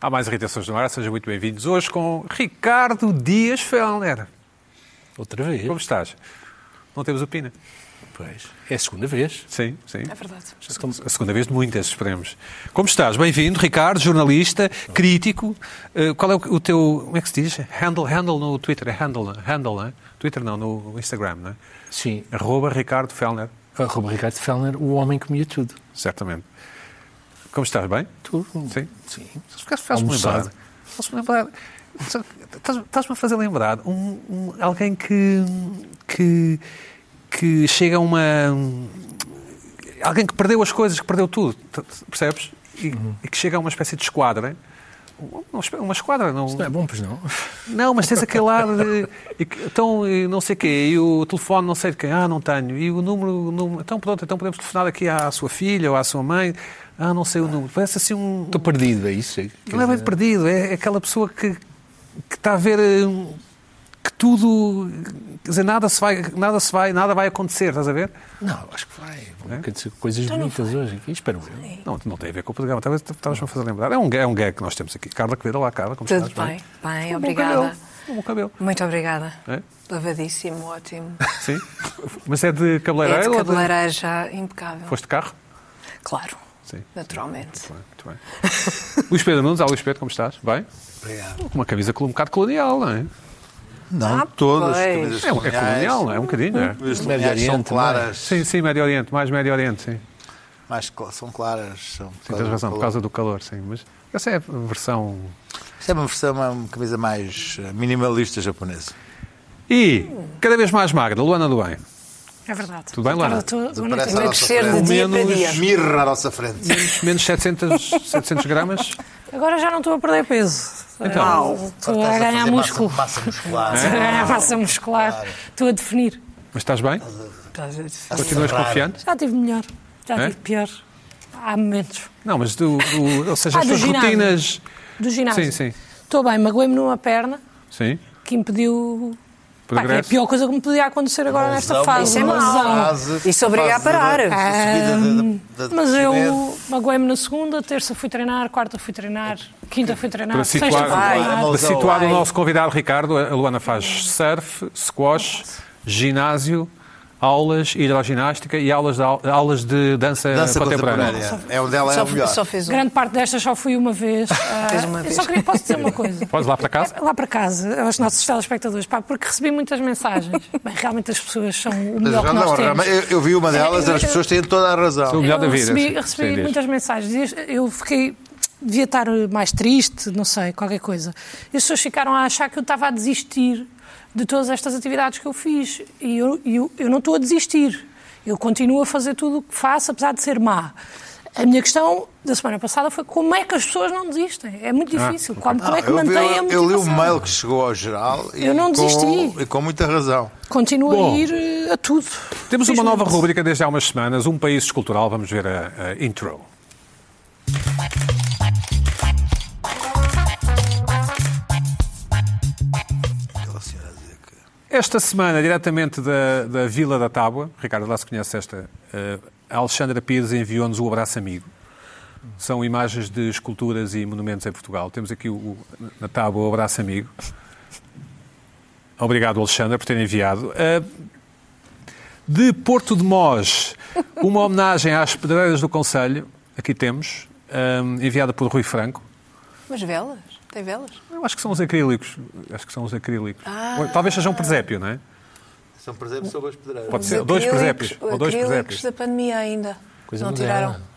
Há mais irritações no ar, sejam muito bem-vindos hoje com Ricardo Dias Fellner. Outra vez. Como estás? Não temos opina. Pois. É a segunda vez. Sim, sim. É verdade. Já estamos- A segunda vez de muitas, esperemos. Como estás? Bem-vindo, Ricardo, jornalista, crítico. Eh, qual é o, o teu, como é que se diz? Handle, handle no Twitter, é handle, não é? handle, não é? Twitter não, no Instagram, não é? Sim. Arroba Ricardo Fellner, Arroba Ricardo Fellner, o homem comia tudo. certamente. Como estás, bem? Tudo. Sim. Sim. Faz-me lembrar. Almoçado. Faz-me lembrar. Sabe, estás- Estás-me a fazer lembrar um, um- alguém que, que, que chega a uma. Alguém que perdeu as coisas, que perdeu tudo, t- t- percebes? E, e que chega a uma espécie de esquadra. Uma, espe- uma esquadra, não. Não é bom, pois não? Não, mas tens aquele ar de. e que- Então, e não sei o quê, e o telefone não sei de quem, ah, não tenho. E o número, o número- Então, pronto, então podemos telefonar aqui à sua filha ou à sua mãe, ah, não sei o número. Parece assim um. Estou perdido, é isso? Não é bem perdido, é aquela pessoa que, que está a ver hum, que tudo, quer dizer, nada se vai, nada se vai, nada vai acontecer, estás a ver? Não, acho que vai. É? Vão acontecer coisas Então bonitas hoje aqui, espero eu. Não, não tem a ver com o programa, talvez estavas-me a fazer lembrar. É um, ga- é um gag que nós temos aqui. Carla Quevedo, olá Carla, como Tudo estás? bem, bem, Um bom obrigada. cabelo, Um bom cabelo, Muito obrigada. É? Lavadíssimo, ótimo. sim. Mas é de É cabeleireiro de ou de... cabeleireira já impecável. Foste de carro? Claro, Sim. naturalmente. Muito bem, muito bem. Luís Pedro Nunes, olá Luís Pedro, como estás? Bem? Obrigado. Com uma camisa col- um bocado colonial, não é? Não Ah, todas. pois. camisas É, é coloniais. colonial, não é? Um bocadinho, não é? As Médio coloniais são Oriente também. claras. Sim, sim, Médio Oriente, mais Médio Oriente, sim. Mas cl- são claras. São Sim, claras tens de razão, por color. causa do calor, sim. Mas essa é a versão. Isto é uma versão, uma, uma camisa mais eh, minimalista japonesa. E cada vez mais magra, Luana do Bem. É verdade. Tudo bem, Luana? Agora estou- agora Parece estou a à crescer de nossa dia para frente. dia. Esmirra à nossa frente. Menos 700, 700 gramas. Agora já não estou a perder peso. Então. Não, Estás estou a ganhar fazer músculo. Massa, massa muscular. Estou a ganhar massa muscular. Estou a definir. Mas estás bem? Estás a dizer. Continuas Serrar. confiante? Já tive melhor. Já É? tive pior. Há momentos. Não, mas do, do- ou seja, Ah, as do tuas ginásio. rotinas. Do ginásio. Ah, Sim, sim. Estou bem, magoei-me numa perna Sim. que impediu. Pá, que é a Progresso. pior coisa que me podia acontecer agora nesta Lesão, fase. é uma mau. lesão. Fase- Isso obriga a fase parar. da- da subida da- da- da- Mas eu subida. magoei-me na segunda, terça fui treinar, quarta fui treinar, quinta fui Para treinar, sexta fui situar, treinar. para Ai. situar o Ai. nosso convidado Ricardo, a Luana faz surf, squash, ginásio, aulas, hidroginástica e aulas de, au- aulas de dança, Dança contemporânea. contemporânea. É onde ela é Só, a melhor. só fez um. Grande parte destas só fui uma vez. Fez Ah, uma eu vez. só queria, posso dizer uma coisa? Podes lá para casa? É, Lá para casa, aos nossos telespectadores, pá, porque recebi muitas mensagens. Bem, realmente as pessoas são o Mas melhor que nós não, temos. É, realmente, eu, eu vi uma delas, as pessoas têm toda a Sou o razão. melhor da Eu vida. recebi, sim, sim, recebi diz. muitas mensagens. Eu fiquei. Devia estar mais triste, não sei, qualquer coisa. E as pessoas ficaram a achar que eu estava a desistir de todas estas atividades que eu fiz. E eu, e eu, eu não estou a desistir. Eu continuo a fazer tudo o que faço, apesar de ser má. A minha questão da semana passada foi como é que as pessoas não desistem? É muito Ah, difícil. como, como é que Ah, eu, vi- mantém eu, a eu li o motivação? mail que chegou ao geral e Eu não com, desisti. e com muita razão. Continuo Bom, a ir eh, a tudo. Temos uma Felizmente. nova rubrica desde há umas semanas, um país escultural. Vamos ver a, a intro. Aquela senhora a dizer que- Esta semana, diretamente da, da Vila da Tábua, Ricardo, lá se conhece esta, eh, a Alexandra Pires enviou-nos o Abraço Amigo. São imagens de esculturas e monumentos em Portugal. Temos aqui o- o- na tábua o Abraço Amigo. Obrigado, Alexandra, por ter enviado. Eh, de Porto de Mós, uma homenagem às pedreiras do Conselho, aqui temos, eh, enviada por Rui Franco. Mas velas? Tem velas? Eu acho que são os acrílicos. Acho que são os acrílicos. Ah. Ou Talvez seja um presépio, não é? São presépios sobre as pedreiras. Pode Hum. Os ser dois acrílicos- presépios. Ou dois acrílicos presépios. da pandemia ainda. Coisa não moderna. tiraram.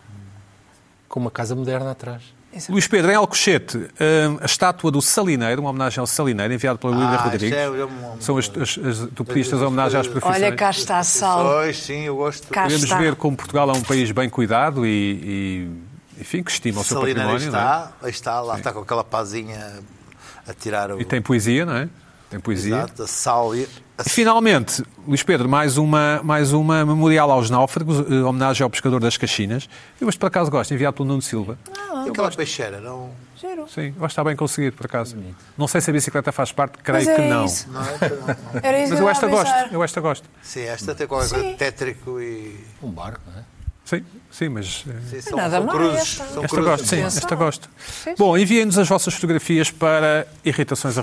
Com uma casa moderna atrás. Isso. Luís Pedro, em Alcochete, hum, a estátua do Salineiro, uma homenagem ao Salineiro, enviado pela Lília Ah, Rodrigues. isso é uma- São as, as, as- tu pediste as homenagens às profissões. Olha, cá Tá, está a sal. Pois, sim, eu gosto. Cá Podemos está. ver como Portugal é um país bem cuidado e, e, enfim, que estima o seu Salineira património. não é? está, aí está, lá está com aquela pazinha a tirar o E tem poesia, não é? Tem poesia. Exato, a sal e a E, Finalmente, Luís Pedro, mais uma, mais uma memorial aos náufragos, eh, homenagem ao pescador das Caxinas. Eu este, por acaso, gosto, enviado pelo Nuno Silva. aquela peixeira, não. Giro. Sim, eu acho que está bem conseguido, por acaso. Não sei se a bicicleta faz parte, creio Mas era que não. isso. não é? Não. Era isso Mas que eu eu esta estava a gosto, pensar. eu esta gosto. Sim, esta tem qualquer coisa de tétrico e. Um barco, não é? Sim, sim, mas. eh, Sim, são, Nada são mal, cruzes. esta. São Esta cruzes. gosto, sim, Atenção. esta gosto. Sim. Bom, enviem-nos as vossas fotografias para irritações.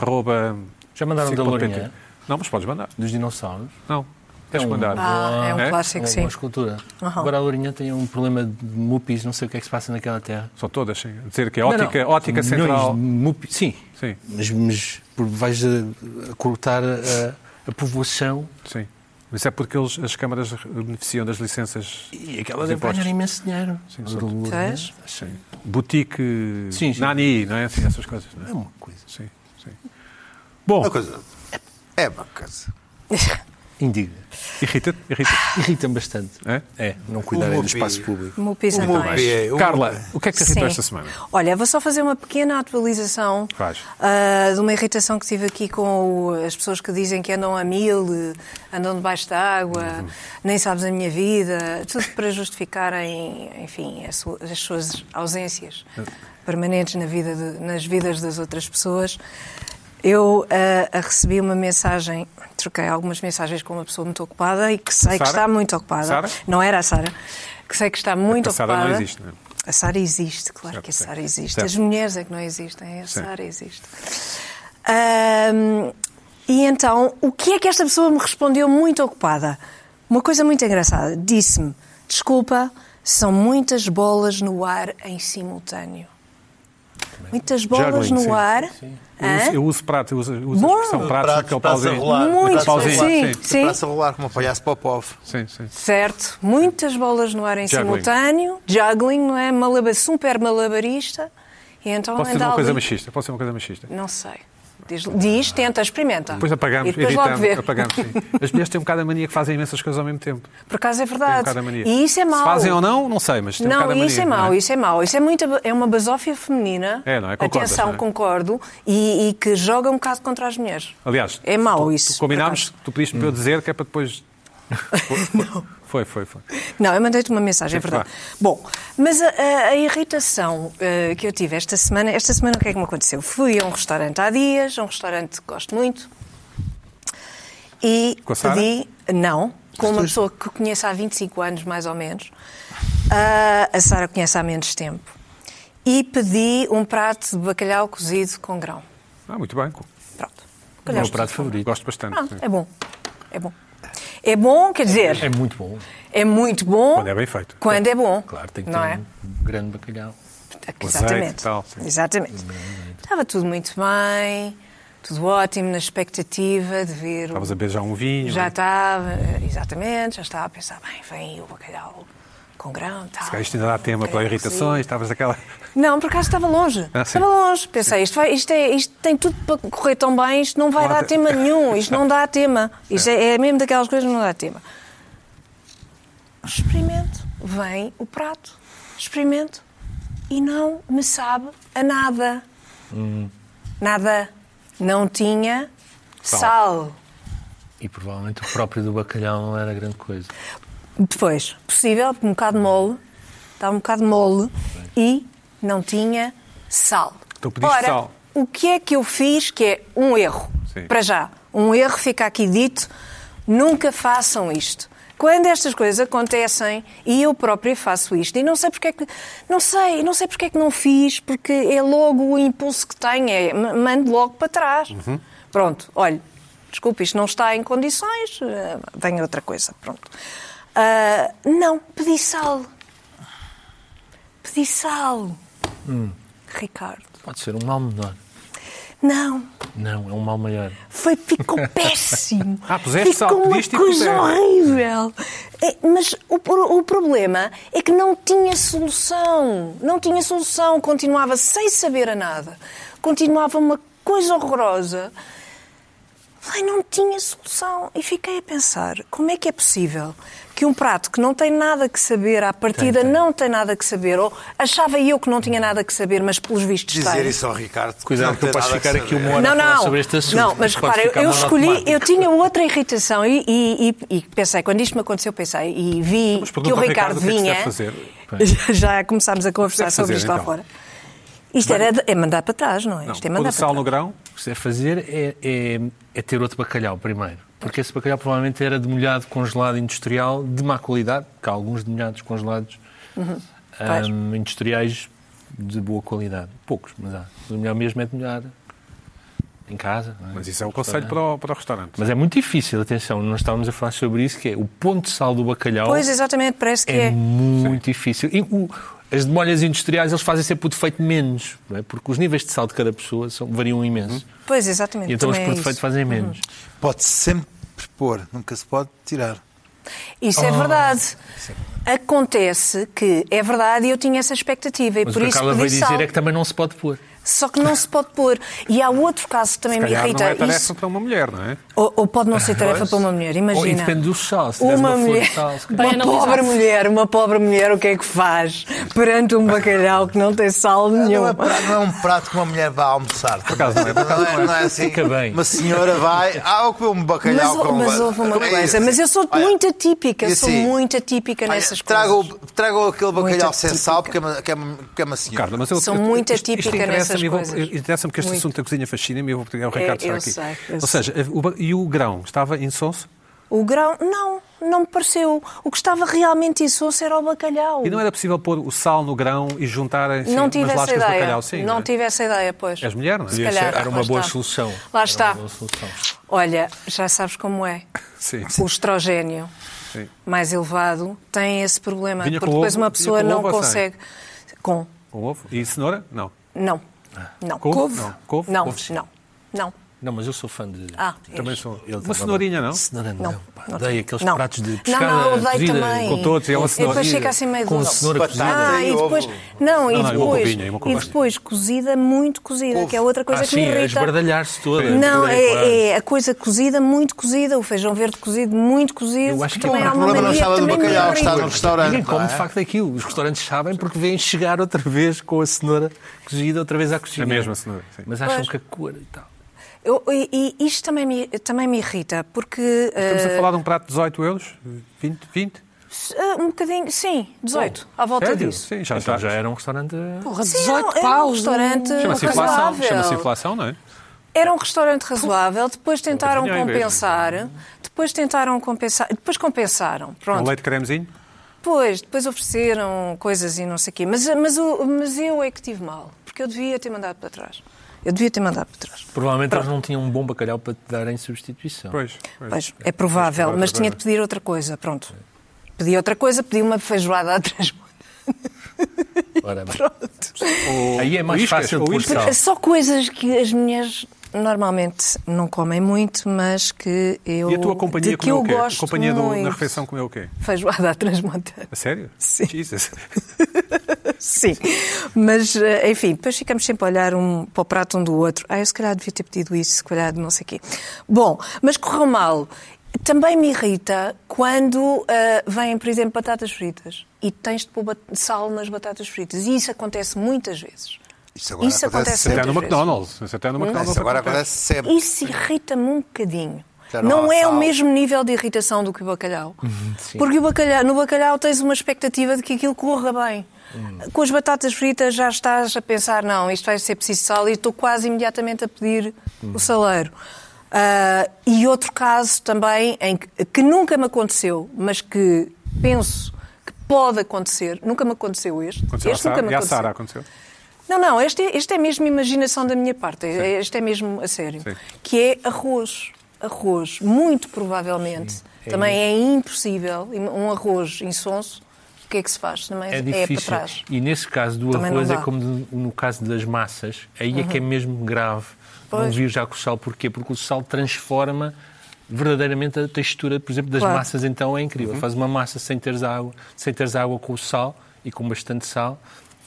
Já mandaram da Lourinhã, Não, mas podes mandar. dos dinossauros. Não. Tens É que um- mandar. Ah, é um É? clássico, uma sim. boa escultura. Agora a Lourinhã tem um problema de mupis, não sei o que é que se passa naquela terra. São todas, sim. Dizer que é Não, ótica, não, ótica milhões central. de mupis, sim, Sim, mas, mas por- vais a- acortar a, a povoação sim. Mas é porque eles, as câmaras beneficiam das licenças. e aquela Os deve ganhar impostos. imenso dinheiro. Um né? Sim, A sim. Lourinhã, Tens? sim. Boutique, Sim, sim. Nani, não é? Assim, essas coisas. Não é? É uma coisa Sim, sim. Bom, Uma coisa. É uma coisa. indigna. irrita-te, irrita-te. Irrita-me bastante. É? É, não cuidarem do mupi. espaço público. O meu piso O não Mupi é- o- Carla, o que é que te irritou Sim. esta semana? Olha, vou só fazer uma pequena atualização Faz. ah, de uma irritação que tive aqui com o- as pessoas que dizem que andam a mil, eh, andam debaixo da água, Uhum. nem sabes a minha vida, tudo para justificarem, enfim, as, su- as suas ausências permanentes na vida de- nas vidas das outras pessoas. Eu ah, ah, recebi uma mensagem, troquei algumas mensagens com uma pessoa muito ocupada e que sei que Sara? está muito ocupada. Sara? Não era a Sara. Que sei que está muito a Sara não ocupada. existe, não é? A Sara existe, claro Certo, que a certo. Sara existe. Certo. As mulheres é que não existem, a Certo. Sara existe. Ahm, e então, o que é que esta pessoa me respondeu muito ocupada? Uma coisa muito engraçada. Disse-me: desculpa, são muitas bolas no ar em simultâneo. Muitas bolas Juggling, no sim. ar. Eu Hã? uso, eu uso prato, eu uso, eu uso Bom. a expressão prato, Pratos, aquele pratos a pauzinho. rolar. Muito, Pratos a rolar, sim, sim. sim. Para rolar como um palhaço Popov. Sim, sim. Certo, muitas bolas no ar em Juggling. simultâneo, juggling, não é? Malaba, super malabarista. E então Posso ser anda uma coisa ali. machista, posso ser uma coisa machista. Não sei. Diz, diz, tenta, experimenta. Depois apagamos, E depois logo irritamos, vê. apagamos. Sim. As mulheres têm um bocado a mania que fazem imensas coisas ao mesmo tempo. Por acaso é Têm um verdade. bocado a mania. e isso é mau. Se fazem ou não, não sei, mas têm um não, bocado a mania. isso é não mau, isso é mau. Isso é, muito, é uma basófia feminina. É, não é? Concordas, Atenção, não é? concordo. E, e que joga um bocado contra as mulheres. Aliás, É mau tu- tu isso, por combinámos, acaso. Hum. tu pediste para eu dizer que é para depois. Foi, foi, foi. Não, eu mandei-te uma mensagem, é Sim, verdade. Bom, mas a, a- a irritação eh, que eu tive esta semana, esta semana o que é que me aconteceu? Fui a um restaurante há dias, um restaurante que gosto muito, e Com a Sara? pedi, não, com uma pessoa que conheço há 25 anos, mais ou menos. Ah, a Sara conhece há menos tempo. E pedi um prato de bacalhau cozido com grão. Ah, muito bem. co- Pronto. O Bacalhau meu prato favorito. Gosto bastante. Pronto, sim. é bom. É bom. É bom, quer dizer, É muito bom. é muito bom. Quando é bem feito. Quando é bom. Claro, tem que ter não é? um grande bacalhau. Com um azeite Exatamente. e tal, sim. Uhum. Exatamente. Estava tudo muito bem, tudo ótimo, na expectativa de ver. o- Estavas a beber já um vinho. Já não é? estava, eh, exatamente, já estava a pensar, bem, vem o bacalhau com grão, tal. Ah, Isto ainda dá tema para Bacalhau irritações, estavas aquela. cozido. Não, por acaso estava longe. Ah, sim. estava longe. Pensei, isto, vai, isto, é, isto tem tudo para correr tão bem, isto não vai Não há dar te- tema nenhum, isto não dá tema. Isto é, é mesmo daquelas coisas que não dá tema. Experimento. Vem o prato. Experimento. E não me sabe a nada. Hum. Nada. Não tinha sal. E provavelmente o próprio do bacalhau não era grande coisa. Depois, possível, um bocado mole, estava um bocado mole e não tinha sal. Então pediste Ora, sal. o que é que eu fiz que é um erro? Sim. Para já, um erro fica aqui dito, nunca façam isto. Quando estas coisas acontecem e eu própria faço isto, e não sei porque é que não sei, não sei porque é que não fiz, porque é logo o impulso que tenho, é m- mando logo para trás. Pronto, olha, desculpe, isto não está em condições, eh, venha outra coisa, pronto. Ah, não, pedi sal. Pedi sal. Ricardo. Pode ser um mal menor. Não, Não, é um mal maior. Foi, ficou péssimo. Ah, puseste sal, ficou uma pediste e coisa puseste. horrível. É, mas o, pro- o problema é que não tinha solução. Não tinha solução. Continuava sem saber a nada. Continuava uma coisa horrorosa. Ai, não tinha solução. E fiquei a pensar, como é que é possível que um prato que não tem nada que saber, à partida tem. não tem nada que saber, ou achava eu que não tinha nada que saber, mas pelos vistos Dizer tem. isso ao Ricardo. Cuidado não que eu tem posso nada ficar que aqui um saber. uma hora Não, a falar não. sobre este assunto. Não, mas Pode repara, eu, ficar eu escolhi, monotemático. eu tinha outra irritação e, e- e- e pensei, quando isto me aconteceu, pensei e vi Mas que pergunta o ao Ricardo, Ricardo o que é que se vinha. deve fazer. Já começámos a conversar deve sobre fazer, isto lá então? fora. Isto era, de- é mandar para trás, não é? Não, isto é pôr mandar o sal para no trás. grão, O que se deve fazer é, é- é ter outro bacalhau primeiro. Porque esse bacalhau provavelmente era de molhado congelado industrial de má qualidade, porque há alguns de molhados congelados Uhum. Pois. hum, industriais de boa qualidade. Poucos, mas há. O melhor mesmo é de molhar em casa. não Mas isso é o conselho para o, para o restaurante. Mas é muito difícil, atenção, nós estávamos a falar sobre isso, que é o ponto de sal do bacalhau Pois, exatamente, parece que é é. muito difícil. E o- as demolhas industriais eles fazem sempre por defeito menos, não é? porque os níveis de sal de cada pessoa são, variam imenso. Pois, exatamente. E então os Uhum. também por é defeito isso. fazem menos. Pode sempre pôr, nunca se pode tirar. Isso é verdade. Acontece que é verdade e eu tinha essa expectativa e Mas por o que a isso Carla pedi veio sal. dizer é que também não se pode pôr. Só que não se pode pôr. E há outro caso que também me Calhar não irrita. é tarefa Isso- para uma mulher, não é? ou, ou pode não ser tarefa para uma mulher, Ou, e imagina. depende do sal, se tiveres uma, Uma flor mulher, de sal. se calhar. Bem uma analisado. pobre mulher, uma pobre mulher, o que é que faz perante um bacalhau que não tem sal nenhum? Não é, pra- não é um prato que uma mulher vá almoçar. Por acaso não é, por não é, não é assim. Fica bem. Uma senhora vai, ah, vou comer um Mas, bacalhau com mas houve uma Como é coisa, isso? mas eu sou Olha, muito atípica, e sou assim, muito atípica olha, nessas traga o- coisas. Traga aquele bacalhau Muito sem atípica. sal, porque é uma, que é uma, que é uma senhora. Carla, mas eu, São eu- muito isto- isto atípica nessas interessa-me, eu vou- coisas. Interessa-me que este Muito. assunto da cozinha fascina-me e eu vou pedir ao É, Ricardo estar eu aqui. sei, eu Ou seja, o ba- e o grão estava em sonso? O grão, não, não me pareceu. O que estava realmente insosso era o bacalhau. E não era possível pôr o sal no grão e juntar assim, Não tive umas essa lascas ideia. de bacalhau? Sim, não é? tive essa ideia, pois. És mulher, não é? Se Devia calhar, Era uma lá boa está. solução. Lá Era está. uma boa solução. Olha, já sabes como é. Sim. O estrogênio Sim. mais elevado tem esse problema, Vinha com porque depois ovo? uma Vinha pessoa com não ovo ou sem? consegue. Com. Com Um ovo? E cenoura? Não. Não. Não. Com Couve? Não. Ah. Couve? Não, Couve, sim. não. Não. Não, mas eu sou fã de. Ah, Também eles- sou. Ele Uma também- cenourinha, não? Cenoura não. Não, pá. não. Odeio aqueles Não. pratos de Não, pescada não, eu odeio cozida, também. com todos, é uma E depois cenoura. fica assim meio Com duro. cenoura Batata. cozida. Ah, e ovo. depois. Não, e Não, não, e uma depois. couvinha, e uma e couvinha. depois cozida, muito cozida, que é outra coisa ah, que sim, me a irrita. esbardalhar-se toda. Não, Claro. é, é a coisa cozida, muito cozida, o feijão verde cozido, muito cozido. Eu acho que também é um há uma problema não mania estava que no também me bacalhau, estava irrita. no restaurante. Ninguém come não é? de facto aquilo. Os restaurantes sabem porque vêm chegar outra vez com a cenoura cozida outra vez à cozinha. É A mesma cenoura, assim, sim. Mas acham Pois. que a cor e tal. Eu- e, e isto também me, também me irrita, porque. Estamos a eh, falar de um prato de 18 euros? 20? 20? se- eh, um bocadinho. Sim, 18, à volta Sério? disso. Sim, já Então está. já era um restaurante. Porra, Sim, 18 é um paus. assim. restaurante não- Chama-se Uma coisa inflação. razoável. Chama-se inflação, não é? Era um restaurante razoável, depois tentaram Vinha em vez, compensar. Depois tentaram compensar. Depois compensaram. Um Pronto. leite cremezinho? Depois, depois ofereceram coisas e não sei o quê. Mas, mas, o- mas eu é que tive mal, porque eu devia ter mandado para trás. Eu devia ter mandado para trás. Provavelmente eles não tinham um bom bacalhau para te dar em substituição. Pois. Pois, é provável, mas tinha de pedir outra coisa, pronto. Pedi outra coisa, pedi uma feijoada a três Ora bem. Ou- Aí é mais ou iscas, fácil ou pôr iscas. sal. Só coisas que as mulheres normalmente não comem muito, mas que eu E a tua companhia de que comeu eu o quê? A gosto companhia do- muito. na refeição comeu o quê? Feijoada a transmontana. A sério? Sim. Jesus. Sim, mas eh, enfim, depois ficamos sempre a olhar um para o prato um do outro. Ah, eu se calhar devia ter pedido isso, se calhar não sei o quê. Bom, mas correu mal. Também me irrita quando eh, vêm, por exemplo, batatas fritas e tens de pôr bat- sal nas batatas fritas. E isso acontece muitas vezes. Isso agora Isso acontece acontece sempre. Até no muitas vezes. McDonald's. Isso Até no Hum? McDonald's. Isso agora acontece. acontece sempre. Isso irrita-me um bocadinho. Já não Não há é sal. Uhum, o mesmo nível de irritação do que o bacalhau. Porque o bacalhau, no bacalhau tens uma expectativa de que aquilo corra bem. Hum. Com as batatas fritas já estás a pensar, não, isto vai ser preciso sal e estou quase imediatamente a pedir Hum. o saleiro. Ah, e outro caso também em que, que nunca me aconteceu, mas que penso que pode acontecer, nunca me aconteceu este. Aconteceu à este nunca Sara- me E à aconteceu. Sara aconteceu? Não, não, este é, este é mesmo imaginação da minha parte, é- este é mesmo a sério. Sim. Que é arroz. Arroz, muito provavelmente. Também é impossível. Um arroz insonso, o que é que se faz? Também É é para difícil. trás. e nesse caso do Também não arroz é dá. Uhum. como no- no caso das massas. Aí é que é mesmo grave não Pois. vir já com o sal. Porquê? Porque o sal transforma verdadeiramente a textura, por exemplo, das Claro. Uhum. massas então é incrível. Faz uma massa sem teres água, sem teres água com o sal e com bastante sal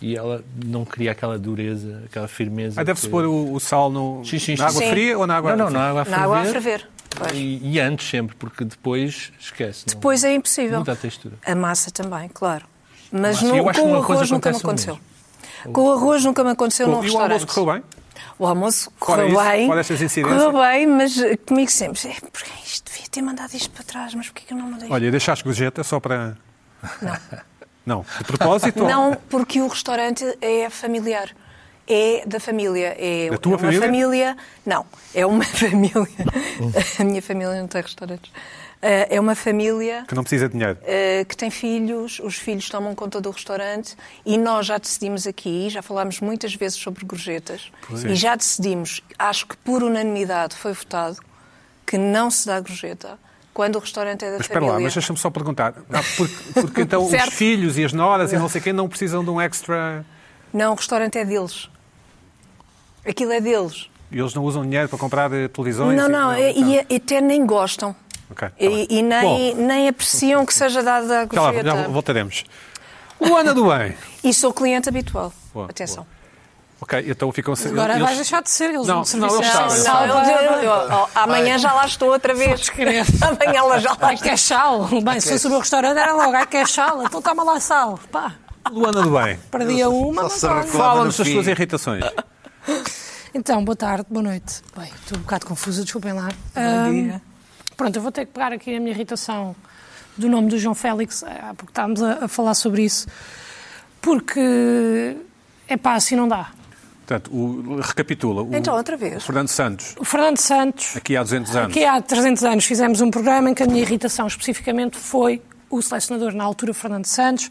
e ela não cria aquela dureza, aquela firmeza. Ah, deve-se que- pôr o, o sal no, Sim, sim, na sim. água Sim. fria ou na água Não, não, na água a Na água a ferver. ferver. Pois. E, e antes sempre, porque depois esquece. não- Depois é impossível. Muda a textura. A massa também, claro. Mas massa. no- Eu acho que com o uma coisa arroz nunca me acontece no aconteceu. Com o arroz nunca me aconteceu num E o almoço restaurante. correu bem? O almoço Fora correu isso, bem. fora estas incidências. correu bem, mas eh, comigo sempre. É, porque isto devia ter mandado isto para trás, mas porquê que eu não mandei isto Olha, deixaste gorjeta só para... Não. Não, de propósito? ou- Não, porque o restaurante é familiar. é da família. É Da tua é uma família? Não, é uma família. A minha família não tem restaurantes. Eh, É uma família Que não precisa de dinheiro. eh, que tem filhos, os filhos tomam conta do restaurante e nós já decidimos aqui, já falámos muitas vezes sobre gorjetas e já decidimos, acho que por unanimidade foi votado, que não se dá gorjeta quando o restaurante é da Mas espera família. lá, mas deixa-me só perguntar. Ah, porque, porque então os Certo. filhos e as noras e não sei quem não precisam de um extra. Não, o restaurante é deles. Aquilo é deles. E eles não usam dinheiro para comprar eh, televisões? não, e- não, e, então. e até nem gostam. Ok, tá bem. e, e nem, Bom. nem apreciam que seja dada a Já, lá, gorjeta. já voltaremos. Luana do Bem. E sou cliente habitual. Boa, Atenção. Ok, então ficam... Agora eles- vais deixar de ser, eles Não, no serviço não, eles já- sabem, já- sabem. Não, já- eu- eu- eu- ó, amanhã já lá estou outra vez. crer. amanhã ela já lá Ai, está. quer sal? Bem, se fosse o meu restaurante era logo, ai, quer sal? Então toma lá sal. Pá, Luana do Bem, perdia Só uma, mas se olha. recorda no fala-nos das fim. tuas irritações. Então, boa tarde, boa noite. Bem, estou um bocado confusa, desculpem lá. Bom Ahm, dia. Pronto, eu vou ter que pegar aqui na minha irritação do nome do João Félix, ah, porque estávamos a, a falar sobre isso, porque, é pá, assim não dá. Portanto, o- recapitula. O, Então, outra vez. o Fernando Santos, O Fernando Santos, aqui há 200 anos. aqui há 300 anos, fizemos um programa em que a minha irritação especificamente foi o selecionador, na altura, Fernando Santos,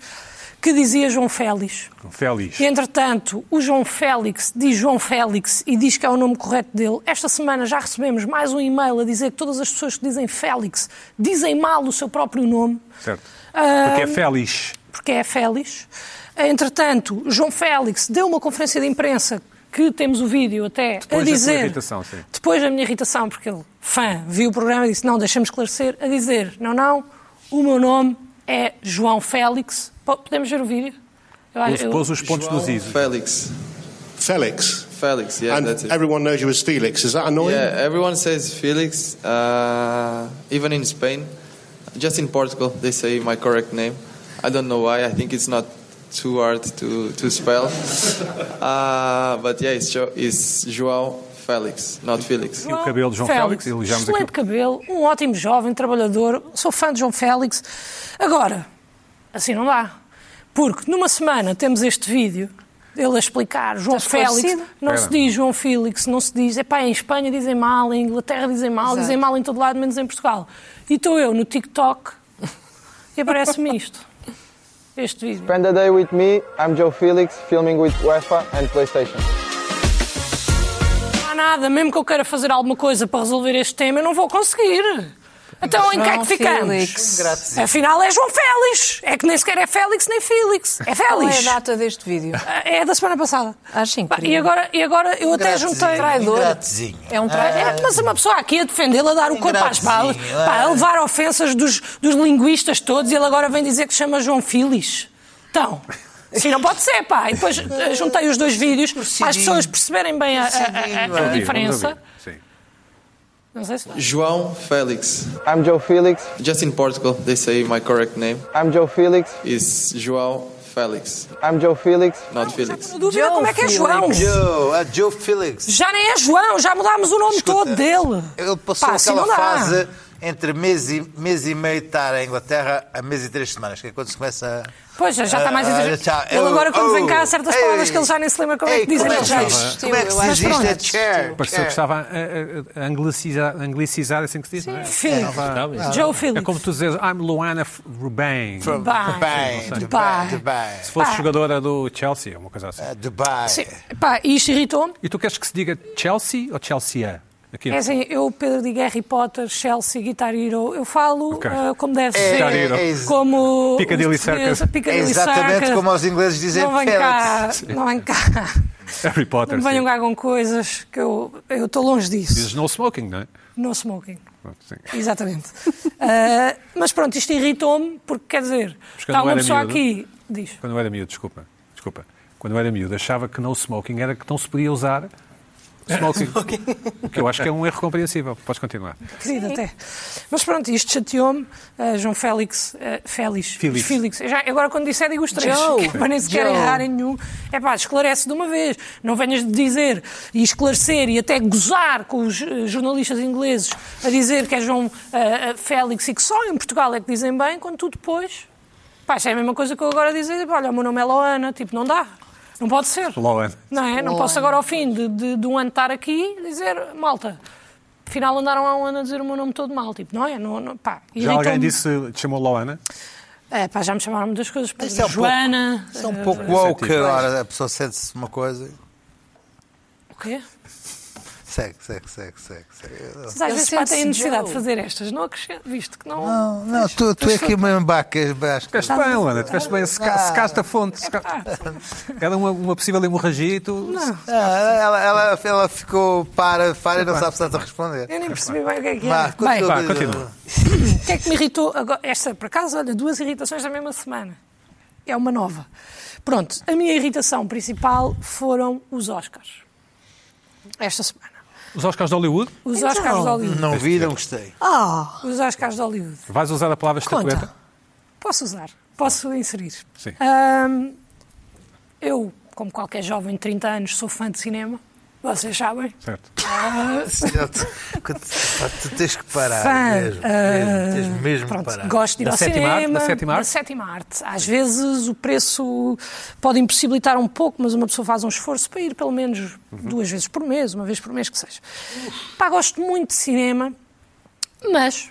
que dizia João Félix. Félix. E, entretanto, o João Félix diz João Félix e diz que é o nome correto dele. Esta semana já recebemos mais um e-mail a dizer que todas as pessoas que dizem Félix dizem mal o seu próprio nome, Ah, Certo. Porque Um, é Félix. porque é Félix. Entretanto, João Félix deu uma conferência de imprensa que temos o vídeo até Depois a da tua dizer. irritação, sim. Depois da minha irritação, porque ele, fã, viu o programa e disse: Não, deixa-me esclarecer. A dizer: Não, não, o meu nome é João Félix. Po- Podemos ver o vídeo? Eu, Ele pôs os pontos nos isos. Felix. Felix. Felix, yeah, and that's it. everyone knows you as Felix. Is that annoying? yeah, everyone says Felix, uh, even in Spain. Just in Portugal, they say my correct name. I don't know why, I think it's not too hard to, to spell. Uh, but yeah, it's, jo- it's João Felix, not Felix. E o cabelo de João Félix, elogiámos Excelente aqui. cabelo, um ótimo jovem, trabalhador. Sou fã de João Félix. Agora, assim não dá. Porque numa semana temos este vídeo, ele a explicar João Está Félix, esclarecido. não se Espera. diz João Félix, não se diz. Epá, em Espanha dizem mal, em Inglaterra dizem mal, Exato. dizem mal em todo lado, menos em Portugal. E estou eu no TikTok e aparece-me isto. Este vídeo. Spend the day with me. I'm Joe Felix, filming with UEFA and PlayStation. Não há nada, mesmo que eu queira fazer alguma coisa para resolver este tema, eu não vou conseguir. Então em que é que João ficamos? Félix. Afinal é João Félix. É que nem sequer é Félix nem Félix. É Qual é a Félix. data deste vídeo? É da semana passada. Acho Pá, incrível. E agora, e agora eu até juntei. Traidor. Ingratezinho. É um traidor. É, mas uma pessoa aqui a defendê-lo, a dar o corpo às balas, Ingratezinho, pá, é. a levar ofensas dos, dos linguistas todos e ele agora vem dizer que chama João Filis. Então, assim não pode ser, pá. E depois eh, juntei os dois vídeos para as pessoas perceberem bem a, a- a- a Vamos ouvir, diferença. vamos ouvir. Sim. Não sei se dá. João Felix. I'm Joe Felix. Just in Portugal, they say my correct name I'm Joe Felix. is João Felix, I'm Joe Felix. not Felix. Tenho dúvida como é que é Joe João. Joe, a Joe Felix. Já nem é João, já mudámos o nome todo dele. Ele passou Pá, assim aquela não dá. fase entre mês e, mês e meio de estar em Inglaterra a mês e três semanas, que é quando se começa a. Pois, já está mais. Ah, exagerado. tchau. ele Eu- agora, quando vem cá, há oh, certas palavras ei, que ele já nem se lembra como é ei, que dizem. Como é Ele que já se diz. diz? Como é que se Mas diz isto? É pronto. chair. Pareceu que estava a, a- a- a anglicizar, anglicizar, assim que se diz, não é? Felix. Estava- Ah. Joe Felix. É como tu dizes, I'm Luana F- Rubain. Se Dubai. Dubai. Dubai. Dubai. fosse Pá. jogadora do Chelsea, uma coisa assim. Ah, Dubai. Sim. Pá, e isto irritou-me. E tu queres que se diga Chelsea ou Chelsea? Aqui É assim, eu, Pedro, digo Harry Potter, Chelsea, Guitar Hero. Eu falo Ok. ah, como deve É, ser. Guitar Hero. é ex- como. Piccadilly os portugueses, Circus. É Piccadilly exatamente Circus. como os ingleses dizem Não vem Felix. cá. Não vem cá. Harry Potter. Não um me venham sim. cá com coisas que eu eu estou longe disso. Dizes no smoking, não é? No smoking. Pronto, sim. Exatamente. Ah, mas pronto, isto irritou-me porque, quer dizer, Porque eu está não uma era pessoa miúdo. aqui. Diz. Quando eu era miúdo, desculpa, desculpa. Quando eu era miúdo, achava que no smoking era que não se podia usar smoking. O que eu acho que é um erro compreensível. Podes continuar. querido até. Mas pronto, isto chateou-me. Ah, João Félix, ah, Félix, Félix. Félix. Eu já- agora quando disser digo os três, é Joe. para nem sequer Joe. errar em nenhum. É pá, esclarece de uma vez. Não venhas dizer e esclarecer e até gozar com os eh, jornalistas ingleses a dizer que é João ah, ah, Félix e que só em Portugal é que dizem bem, quando tu depois... Pá, isso é a mesma coisa que eu agora dizer, olha, o meu nome é Loana, tipo, não dá. Não pode ser. Loan. Não é? Não posso agora, ao fim de, de, de um ano estar aqui, dizer, malta, afinal andaram há um ano a dizer o meu nome todo mal. Tipo, não é? Não, não, pá. Já alguém irritou-me. disse, te chamou Loana? É, pá, já me chamaram muitas coisas. Por Isso é um Joana. Isso é um pouco woke agora. A pessoa sente-se uma coisa. O quê? Segue, segue, segue, segue. segue. Mas às Ele vezes pá, sente-se têm necessidade Joe. de fazer estas, não acrescento, visto que não. Não, não, tu, tu é que me embacas. acho que- Tiveste bem, Loana, tiveste bem, seca- secaste a fonte. seca- Ah, Era uma, uma possível hemorragia e tu. Não, É, ela, ela, ela ficou para, para e não sabe se está a responder. Eu nem percebi bem o que é que Vá, era. Bem, Vá, continua. o que é que me irritou agora? Esta, por acaso, olha, duas irritações da mesma semana. É uma nova. Pronto, a minha irritação principal foram os Oscars. Esta semana. Os Oscars de Hollywood? Os Então. Oscars de Hollywood. Não vi, não gostei. Ah, Os Oscars de Hollywood. Vais usar a palavra estatueta? Conta. É. Posso usar, posso inserir. Sim. Ahm, eu, como qualquer jovem de 30 anos, sou fã de cinema. Vocês sabem. Certo. Ah, Eu te- pá, tu tens que parar Fã, mesmo, ah, mesmo. Tens mesmo que pronto, parar. Gosto de ir Da ao sétima cinema. arte, da sétima arte? arte. Às vezes o preço pode impossibilitar um pouco, mas uma pessoa faz um esforço para ir pelo menos Uhum. duas vezes por mês, uma vez por mês que seja. Pá, gosto muito de cinema, mas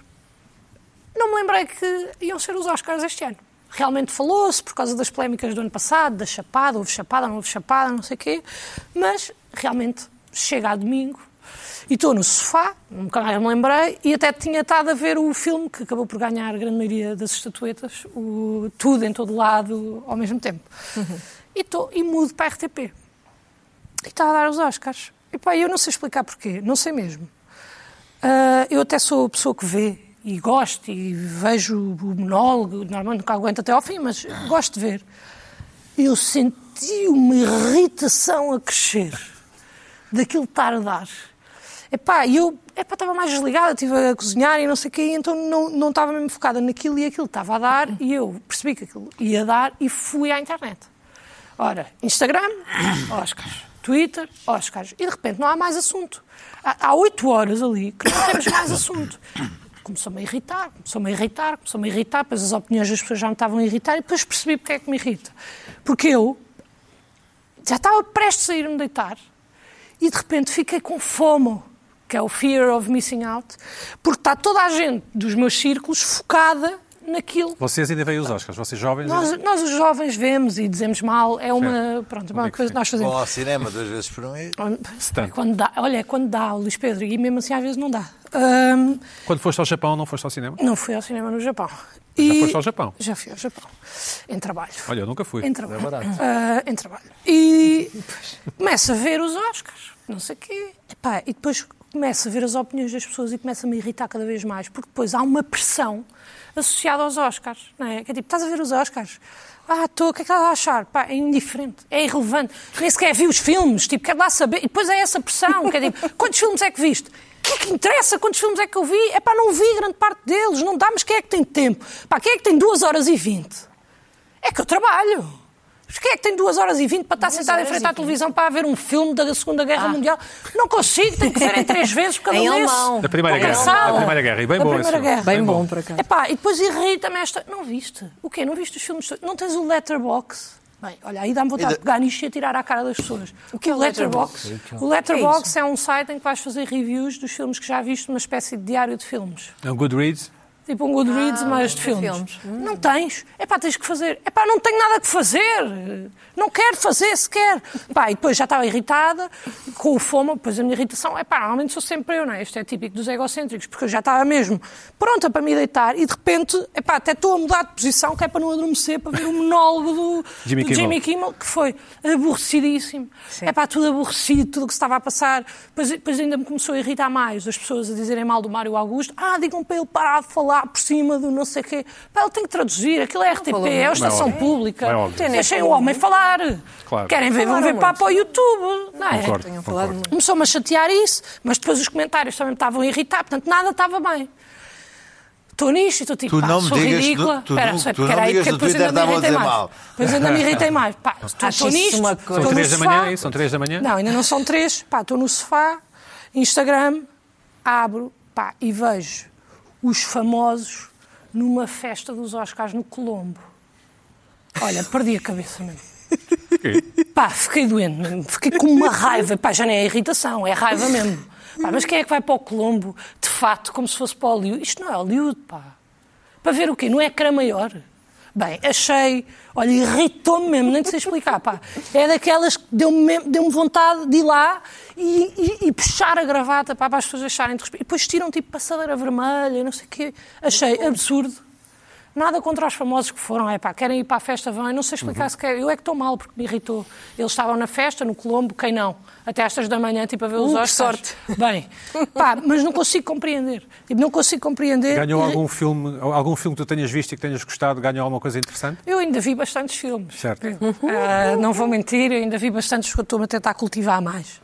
não me lembrei que iam ser os Oscars este ano. Realmente falou-se por causa das polémicas do ano passado, da chapada, houve chapada, não houve chapada, não sei o quê, mas realmente chega a domingo e estou no sofá, nunca mais me lembrei, e até tinha estado a ver o filme que acabou por ganhar a grande maioria das estatuetas, o Tudo em Todo Lado ao mesmo tempo. E, tô, e mudo para a RTP. E está a dar os Oscars. E pá, eu não sei explicar porquê, não sei mesmo. Ah, eu até sou a pessoa que vê e gosto e vejo o monólogo, normalmente nunca aguento até ao fim, mas gosto de ver. Eu senti uma irritação a crescer daquilo estar a dar. Epá, e eu epá, estava mais desligada, estive a cozinhar e não sei o quê, então não, não estava mesmo focada naquilo e aquilo estava a dar e eu percebi que aquilo ia dar e fui à internet. Ora, Instagram, Oscars. Twitter, Oscars. E de repente não há mais assunto. Há há oito horas ali que não temos mais assunto. Começou-me a irritar, começou-me a irritar, começou-me a irritar, depois as opiniões das pessoas já me estavam a irritar e depois percebi porque é que me irrita. Porque eu, já estava prestes a ir-me deitar e de repente fiquei com FOMO, que é o Fear of Missing Out, porque está toda a gente dos meus círculos focada naquilo. Vocês ainda veem os Oscars, vocês jovens. Nós, ainda- nós os jovens vemos e dizemos mal, é uma, pronto, uma Onde é que coisa sim? que nós Vão fazemos. ao cinema duas vezes por um mês. Stand. Quando dá, olha, é quando dá, o Luís Pedro, e mesmo assim às vezes não dá. Ahm, Quando foste ao Japão, não foste ao cinema? não fui ao cinema no Japão. Já E- foste ao Japão? Já fui ao Japão. Em trabalho. Olha, eu nunca fui. Em trabalho. Ah, em trabalho. E começo a ver os Oscars, não sei o quê. Epá, e depois começo a ver as opiniões das pessoas e começa a me irritar cada vez mais, porque depois há uma pressão associada aos Oscars, não é? Que é tipo, estás a ver os Oscars? Ah, estou, o que é que ela vai achar? Pá, é indiferente, é irrelevante, nem sequer vi os filmes, tipo, quero lá saber. E depois é essa pressão, que é tipo, quantos filmes é que viste? O que é que interessa quantos filmes é que eu vi? É pá, não vi grande parte deles, não dá, mas quem é que tem tempo? Pá, quem é que tem duas horas e vinte? É que eu trabalho. Mas quem é que tem 2 horas e 20 para estar sentado em horas frente e Ah. à televisão para ver um filme da Segunda Guerra Mundial? Não consigo, tenho que ver em três vezes por cada Em um desses. alemão. Da Primeira Estou Guerra. cansada. Da Primeira Guerra. E bem Da bom Primeira esse filme. Guerra. Bem bem bom. bom, por acaso. Epá, e depois irrita-me esta... Não viste? O quê? Não viste os filmes? todos? Não tens o letterbox? Bem, olha, aí dá-me vontade de pegar nisto e atirar à cara das pessoas. O que é o letterbox? O letterbox é, um site em que vais fazer reviews dos filmes que já viste, uma espécie de diário de filmes. É um Goodreads. Tipo um Goodreads, mas de filmes. Não tens. É pá, tens que fazer. É pá, não tenho nada que fazer. Não quero fazer sequer. Pá, e depois já estava irritada, com o fome, depois a minha irritação. É pá, normalmente sou sempre eu, não é? Isto é típico dos egocêntricos, porque eu já estava mesmo pronta para me deitar e de repente, é pá, até estou a mudar de posição, que é para não adormecer, para ver o monólogo do Jimmy do Kimmel. Jimmy Kimmel, que foi aborrecidíssimo. É pá, tudo aborrecido, tudo o que se estava a passar. Depois, depois ainda me começou a irritar mais as pessoas a dizerem mal do Mário Augusto. Ah, digam para ele parar de falar por cima do não sei o quê. Pá, ele tem que traduzir, aquilo é RTP, é a estação pública. Não é óbvio. Deixem o homem falar. Claro. Querem ver, vão Falaram ver para, muito. para o YouTube. Não é? Concordo. Tenham falado concordo. muito. Começou-me a chatear isso, mas depois os comentários também me estavam a irritar, portanto nada estava bem. Estou nisto e estou tipo, Tu pá, não me sou digas no- ridícula. tu Espera, não- espera, tu não espera aí, digas porque no depois Twitter ainda estavam me a irritei dizer mais. mal. Depois ainda me irritei mais. Pá, Acho estou- estou isso nisto, uma estou coisa. São no três da manhã, sofá. é isso? São três da manhã? Não, ainda não são três. Pá, estou no sofá, Instagram, abro, pá, e vejo os famosos numa festa dos Oscars no Colombo. Olha, perdi a cabeça mesmo. quê? Pá, fiquei doente mesmo. Fiquei com uma raiva. Pá, já nem é irritação, é raiva mesmo. Pá, mas quem é que vai para o Colombo, de fato, como se fosse para Hollywood? Isto não é Hollywood, pá. Para ver o quê? Não é cara maior? Bem, achei... Olha, irritou-me mesmo, nem sei explicar, pá. É daquelas que deu-me mesmo- deu-me vontade de ir lá e, e- e puxar a gravata, pá, para as pessoas acharem de respeito. E depois tiram, tipo, passadeira vermelha, não sei o quê. Achei absurdo. Nada contra os famosos que foram, é pá, querem ir para a festa, vão, eu não sei Uhum. explicar sequer, eu é que estou mal porque me irritou. Eles estavam na festa, no Colombo, quem não? Até às três da manhã, tipo, a ver os Uh, que Oscars. sorte. Bem, pá, mas não consigo compreender. Tipo, não consigo compreender. Ganhou E- algum filme, algum filme que tu tenhas visto e que tenhas gostado? Ganhou alguma coisa interessante? Eu ainda vi bastantes filmes. Certo. Ah, não vou mentir, eu ainda vi bastantes que eu estou-me a tentar cultivar mais.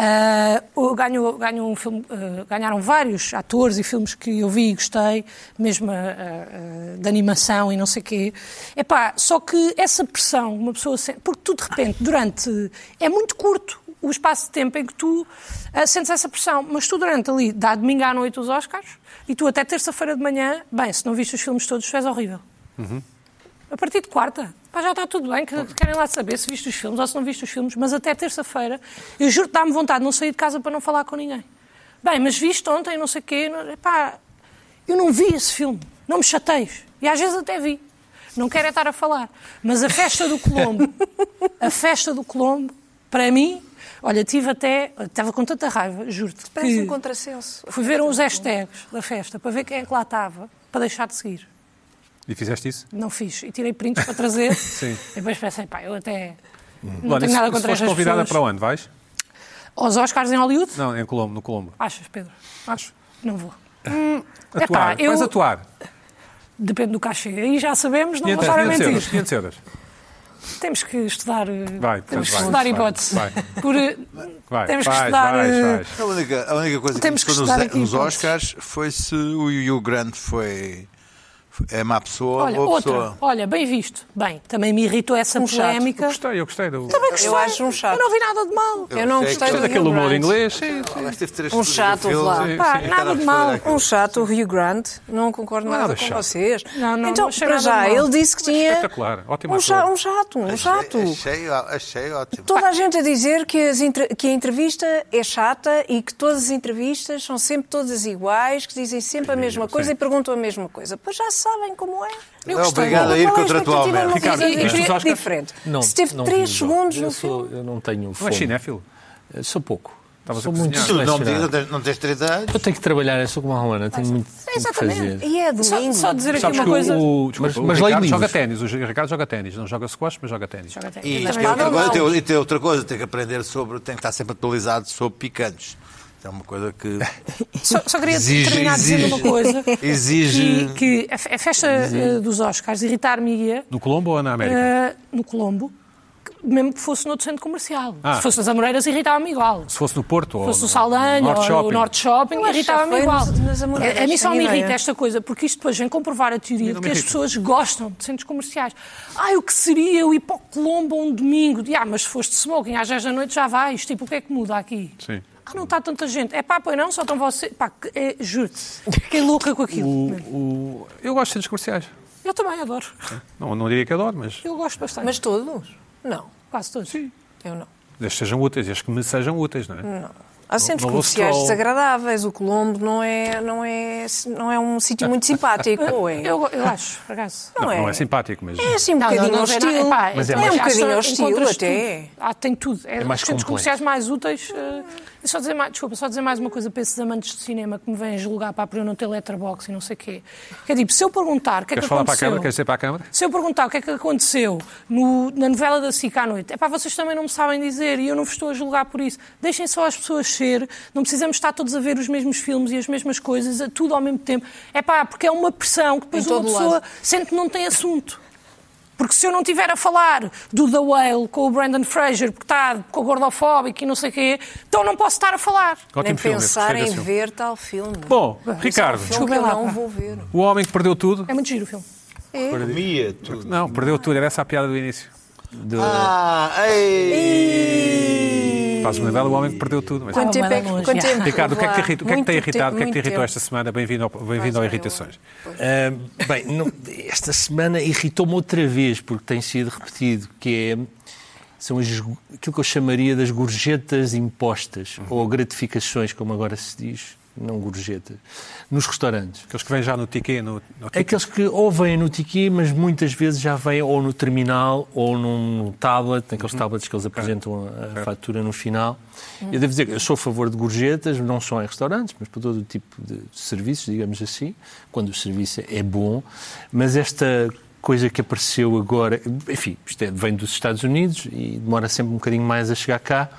Ah, o- ganho, ganho um filme, ah, ganharam vários atores e filmes que eu vi e gostei, mesmo ah, ah, de animação e não sei o quê. Epá, só que essa pressão, uma pessoa sente, porque tu de repente, durante. É muito curto o espaço de tempo em que tu ah, sentes essa pressão, mas tu durante ali, dá domingo à noite os Oscars, e tu até terça-feira de manhã, bem, se não viste os filmes todos, tu és horrível. A partir de quarta. Pá, já está tudo bem, que querem lá saber se viste os filmes ou se não viste os filmes, mas até terça-feira, eu juro que dá-me vontade de não sair de casa para não falar com ninguém. Bem, mas viste ontem, não sei o quê, não- pá, eu não vi esse filme, não me chateis. E às vezes até vi, não quero é estar a falar. Mas a festa do Colombo, a festa do Colombo, para mim, olha, tive até, estava com tanta raiva, juro-te. Parece que- um contrassenso. Fui ver uns hashtags da festa para ver quem é que lá estava, para deixar de seguir. E fizeste isso? Não fiz. E tirei prints para trazer. Sim. E depois pensei, pá, eu até. Não Luana, tenho se- nada se contra foste estas convidada pessoas. para onde? Vais? Aos Oscars em Hollywood? Não, em Colombo, no Colombo. Achas, Pedro? Acho. Não vou. Atuar. Epá, eu- Vais atuar. Depende do cachê. Aí já sabemos, não vou 500, estar a 500 euros. mentir. 500 euros. Temos que estudar. eh, Vai, portanto, temos que vai, estudar vai, hipótese. vai. Por, eh, Vai, temos que vais, estudar. vais, eh, vais. A única, a única coisa Temos que me que ficou nos, estudar aqui nos hipóteses. Oscars foi se o Hugh Grant foi, foi- é má pessoa Olha, ou a outra. pessoa. Olha, bem visto. Bem, também me irritou essa Um chato. Eu polémica. gostei, eu gostei. Do... Também gostei. acho um chato. Eu não vi nada de mal. Eu não sei gostei que- do Aquele Hugh humor Grant. inglês. Sim, sim. Ela teve três Um estúdios chato, de filmes vá. e- Pá, e nada estar a de falar mal. aquilo. Um chato, o Rio Grande, não concordo Nada nada com chato. vocês. Não, não, então, não achei para nada já, de mal. ele disse que tinha. espetacular, ótimo um, cha- ator. um chato, é, um chato. Achei, achei, achei ótimo. Toda a gente a dizer que, as entre- que a entrevista é chata e que todas as entrevistas são sempre todas iguais, que dizem sempre a mesma coisa e perguntam a mesma coisa. Pois já sabem como é. É obrigado a ir Qual é expectativa contratualmente. de uma Ricardo, coisa viste os diferente- Oscars? diferente? Não, Se teve não vi três os segundos Oscars. eu no sou, filme. Eu não tenho Não é fome. cinéfilo? Eh, Sou pouco. Estavas a sou muito cozinhar. Tu não, tens- não selecionado. tens, não tens 30 anos? Eu tenho que trabalhar, eu sou como a Ruana, tenho muito muito que fazer. Exatamente. E é Só, domingo. só dizer aqui Sabes uma que coisa. o, o, Mas- desculpa, mas o leio Ricardo joga livros. ténis. O Ricardo joga ténis. Não joga squash, mas joga ténis. E Mas tem nada outra mal. coisa, tem- tem outra coisa, tem que aprender sobre, tem que estar sempre atualizado sobre picantes. É uma coisa que Só, só queria Exige, terminar dizendo exige. uma coisa. Exige. Que, que a fe- a festa eh, dos Oscars irritar-me-ia No Colombo ou na América? eh, no Colombo, que- mesmo que fosse noutro centro comercial. Ah. Se fosse nas Amoreiras, irritava-me igual. Se fosse no Porto ou fosse no o Saldanha Norte ou o Shopping. Norte Shopping, Eu acho que já irritava-me foi igual. nas- nas Amoreiras, a, a mim só tenho me ideia. irrita esta coisa, porque isto depois vem comprovar a teoria de não que me as irrita. pessoas gostam de centros comerciais. Ai, o que seria eu ir para o Colombo um domingo? E, Ah, mas se foste smoking às 10 da noite já vais. Tipo, o que é que muda aqui? Sim. Ah, não está tanta gente. É pá, pois não, só estão vocês. Pá, que- é, juro-te, fiquei louca com aquilo. O- o- eu gosto de centros comerciais. Eu também adoro. Não, não diria que adoro, mas Eu gosto bastante. Mas todos? Não, quase todos. Sim. eu não. desde que sejam úteis, desde que me sejam úteis, não é? Há centros não vou comerciais só- desagradáveis. O Colombo não é, não é, não é um sítio muito simpático, ou é? Eu, eu acho, por acaso. Não, é. Não é simpático, mas É assim um Não, não, bocadinho não vê nada. hostil. Epá, é, então um já só bocadinho hostil encontras até. tudo. Ah, tem tudo. É, mais os centros complexo. comerciais mais úteis. eh, e só dizer mais, desculpa, só dizer mais uma coisa para esses amantes de cinema que me vêm julgar para eu não ter letterbox e não sei o quê. Que é tipo, se eu perguntar o que é que Queres falar para a aconteceu... Câmara? Queres dizer para a Câmara? Se eu perguntar o que é que aconteceu no- na novela da SICA à noite, é pá, vocês também não me sabem dizer e eu não vos estou a julgar por isso. Deixem só as pessoas ser, não precisamos estar todos a ver os mesmos filmes e as mesmas coisas, a- tudo ao mesmo tempo. É pá, porque é uma pressão que depois Em uma todo pessoa lado. sente que não tem assunto. Porque se eu não estiver a falar do The Whale com o Brandon Fraser, porque está com o gordofóbico e não sei o quê, então não posso estar a falar. Ótimo Nem filme, esse, pensar gostei em desse filme. ver é um tal filme. Bom, Não, Ricardo, que Desculpem eu lá, não pá. vou ver. o homem que perdeu tudo. É muito giro o filme. comia tudo. Não, perdeu tudo, era essa a piada do início. Ah, ei! Faz-me lembrar do homem que perdeu tudo. mas- Quanto Ah, tempo é vai que, longe, quanto já. tempo Ricardo, o que é que te, vá? irrita- o que é que te tem Muito irritado? O que é que te tempo, irritou muito esta semana? Bem-vindo ao, bem-vindo ao Irritações. Ah, bem, não- esta semana irritou-me outra vez, porque tem sido repetido, que é são as- aquilo que eu chamaria das gorjetas impostas, ou gratificações, como agora se diz, não gorjetas, nos restaurantes. Aqueles que vêm já no tiquê, no, É no tiquê. Aqueles que ou vêm no tiquê, mas muitas vezes já vêm ou no terminal ou num tablet, naqueles tablets que eles apresentam a- a, fatura no final. Eu devo dizer que eu sou a favor de gorjetas, não só em restaurantes, mas para todo o tipo de serviços, digamos assim, quando o serviço é bom. Mas esta coisa que apareceu agora, enfim, isto é- vem dos Estados Unidos e demora sempre um bocadinho mais a chegar cá.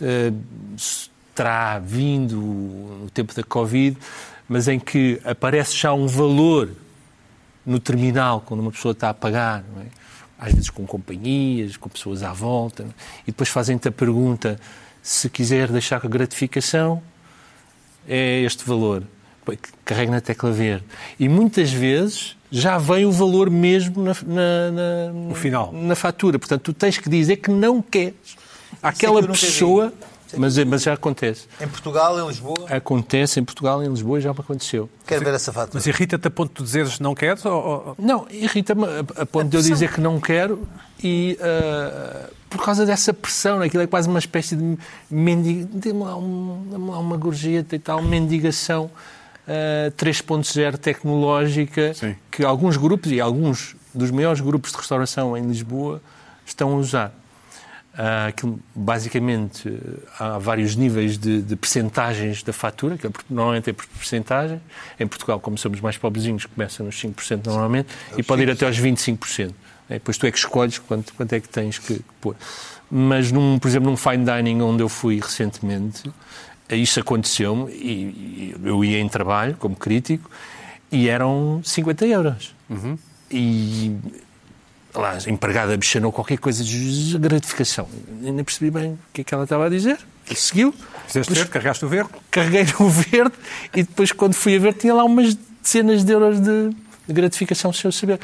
Eh, se terá vindo no tempo da Covid, mas em que aparece já um valor no terminal, quando uma pessoa está a pagar, não é? às vezes com companhias, com pessoas à volta, não é? e depois fazem-te a pergunta se quiser deixar com a gratificação, é este valor. Põe- Carrega na tecla verde. E muitas vezes já vem o valor mesmo na, na- na- final. na fatura. Portanto, tu tens que dizer que não queres. Aquela nunca vi. pessoa, mas, mas já acontece. Em Portugal, em Lisboa, Acontece em Portugal, em Lisboa, já me aconteceu. quero ver essa fatura. Mas irrita-te a ponto de tu dizeres não queres? Ou, ou- Não, irrita-me a, a ponto de eu dizer que não quero e ah, por causa dessa pressão, aquilo é quase uma espécie de mendiga, dê-me lá, um, dê-me lá uma gorjeta e tal, mendigação ah, 3.0 tecnológica Sim. que alguns grupos e alguns dos maiores grupos de restauração em Lisboa estão a usar. Ah, aquilo, basicamente eh, há vários níveis de, de percentagens da fatura, que é por- normalmente é por percentagem. Em Portugal, como somos mais pobrezinhos, começa nos 5% normalmente e pode ir até aos 25%. Eh, Depois tu é que escolhes quanto, quanto é que tens que, que pôr. Mas, num, por exemplo, num fine dining onde eu fui recentemente, eh, isso aconteceu-me e, e eu ia em trabalho como crítico e eram 50 euros. E lá, a empregada mexenou qualquer coisa de gratificação. Eu Nem percebi bem o que é que ela estava a dizer. E seguiu, Fizeste Mas- verde, carregaste o verde? carreguei no verde e depois, quando fui a ver, tinha lá umas dezenas de euros de, de gratificação sem eu saber.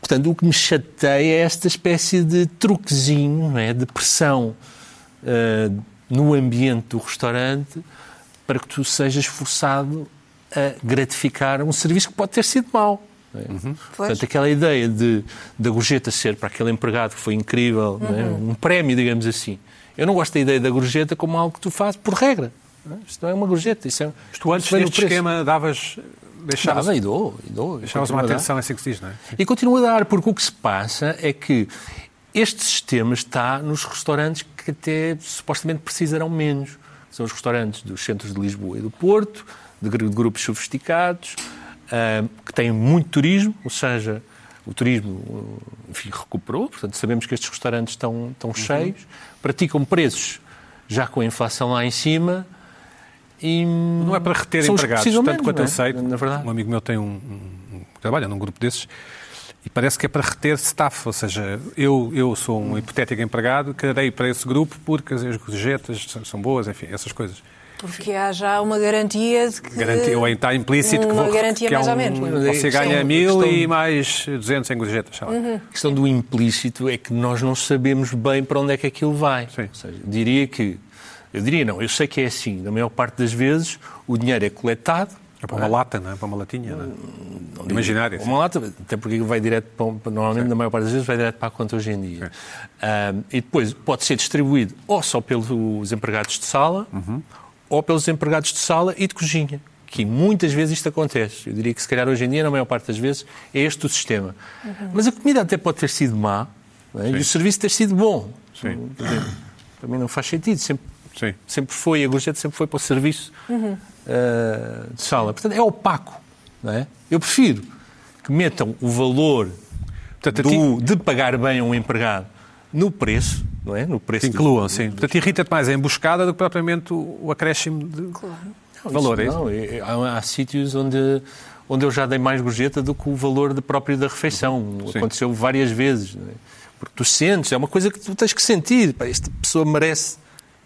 Portanto, o que me chateia é esta espécie de truquezinho, não é? de pressão eh, no ambiente do restaurante para que tu sejas forçado a gratificar um serviço que pode ter sido mau. não é? Portanto, aquela ideia de, da gorjeta ser para aquele empregado que foi incrível, não é? um prémio, digamos assim. Eu não gosto da ideia da gorjeta como algo que tu fazes por regra. não é? Isto não é uma gorjeta. Isto é, Mas tu antes isto vem no deste preço. esquema davas. Deixavas, Dava e dou, e dou. e deixavas continuo uma a dar. atenção, é assim que se diz, não é? E continua a dar, porque o que se passa é que este sistema está nos restaurantes que até supostamente precisarão menos. São os restaurantes dos centros de Lisboa e do Porto, de gru- de grupos sofisticados, ah, que têm muito turismo, ou seja, o turismo ah, enfim, recuperou, portanto sabemos que estes restaurantes estão, Uhum. estão cheios, praticam preços já com a inflação lá em cima e. Não é para reter são os que empregados, precisam tanto menos, quanto não eu é? sei. Na verdade. Um amigo meu tem um, um, um- trabalha num grupo desses e parece que é para reter staff, ou seja, eu, eu sou um hipotético empregado, querei para esse grupo porque as gorjetas são, são boas, enfim, essas coisas. Porque há já uma garantia é de que. Garantia, ou está implícito que, Eh, Uma vou, garantia que é mais ou um- menos. Você Sim, ganha uma mil questão- e mais 200 em gorjetas. sei lá. Uhum. A questão do implícito é que nós não sabemos bem para onde é que aquilo vai. Sim. Ou seja, eu diria que. Eu diria não, eu sei que é assim. Na maior parte das vezes o dinheiro é coletado. É para uma lata, não é? Para uma latinha, não é? Imaginária. sim. Uhum. Uma lata, até porque vai direto para. um- para- Normalmente, na maior parte das vezes, vai direto para a conta hoje em dia. Ahm, e depois pode ser distribuído ou só pelos empregados de sala, ou pelos empregados de sala e de cozinha. Que muitas vezes isto acontece. Eu diria que, se calhar, hoje em dia, na maior parte das vezes, é este o sistema. Mas a comida até pode ter sido má não é? e o serviço ter sido bom. Sim. Para mim não faz sentido. Sempre, Sim. sempre foi, a gorjeta sempre foi para o serviço ah, de sala. Portanto, é opaco. Não é? Eu prefiro que metam o valor Portanto, a do- ti- de pagar bem a um empregado no preço, não é? No preço. do- Incluam, sim. Portanto, irrita-te mais a emboscada do que propriamente o o acréscimo de Não, valor. é isso isso? não. É- é- Há, há sítios onde, onde eu já dei mais gorjeta do que o valor de próprio da refeição. Uhum. Sim. Aconteceu várias vezes. não é? Porque tu sentes, é uma coisa que tu tens que sentir. Pá, esta pessoa merece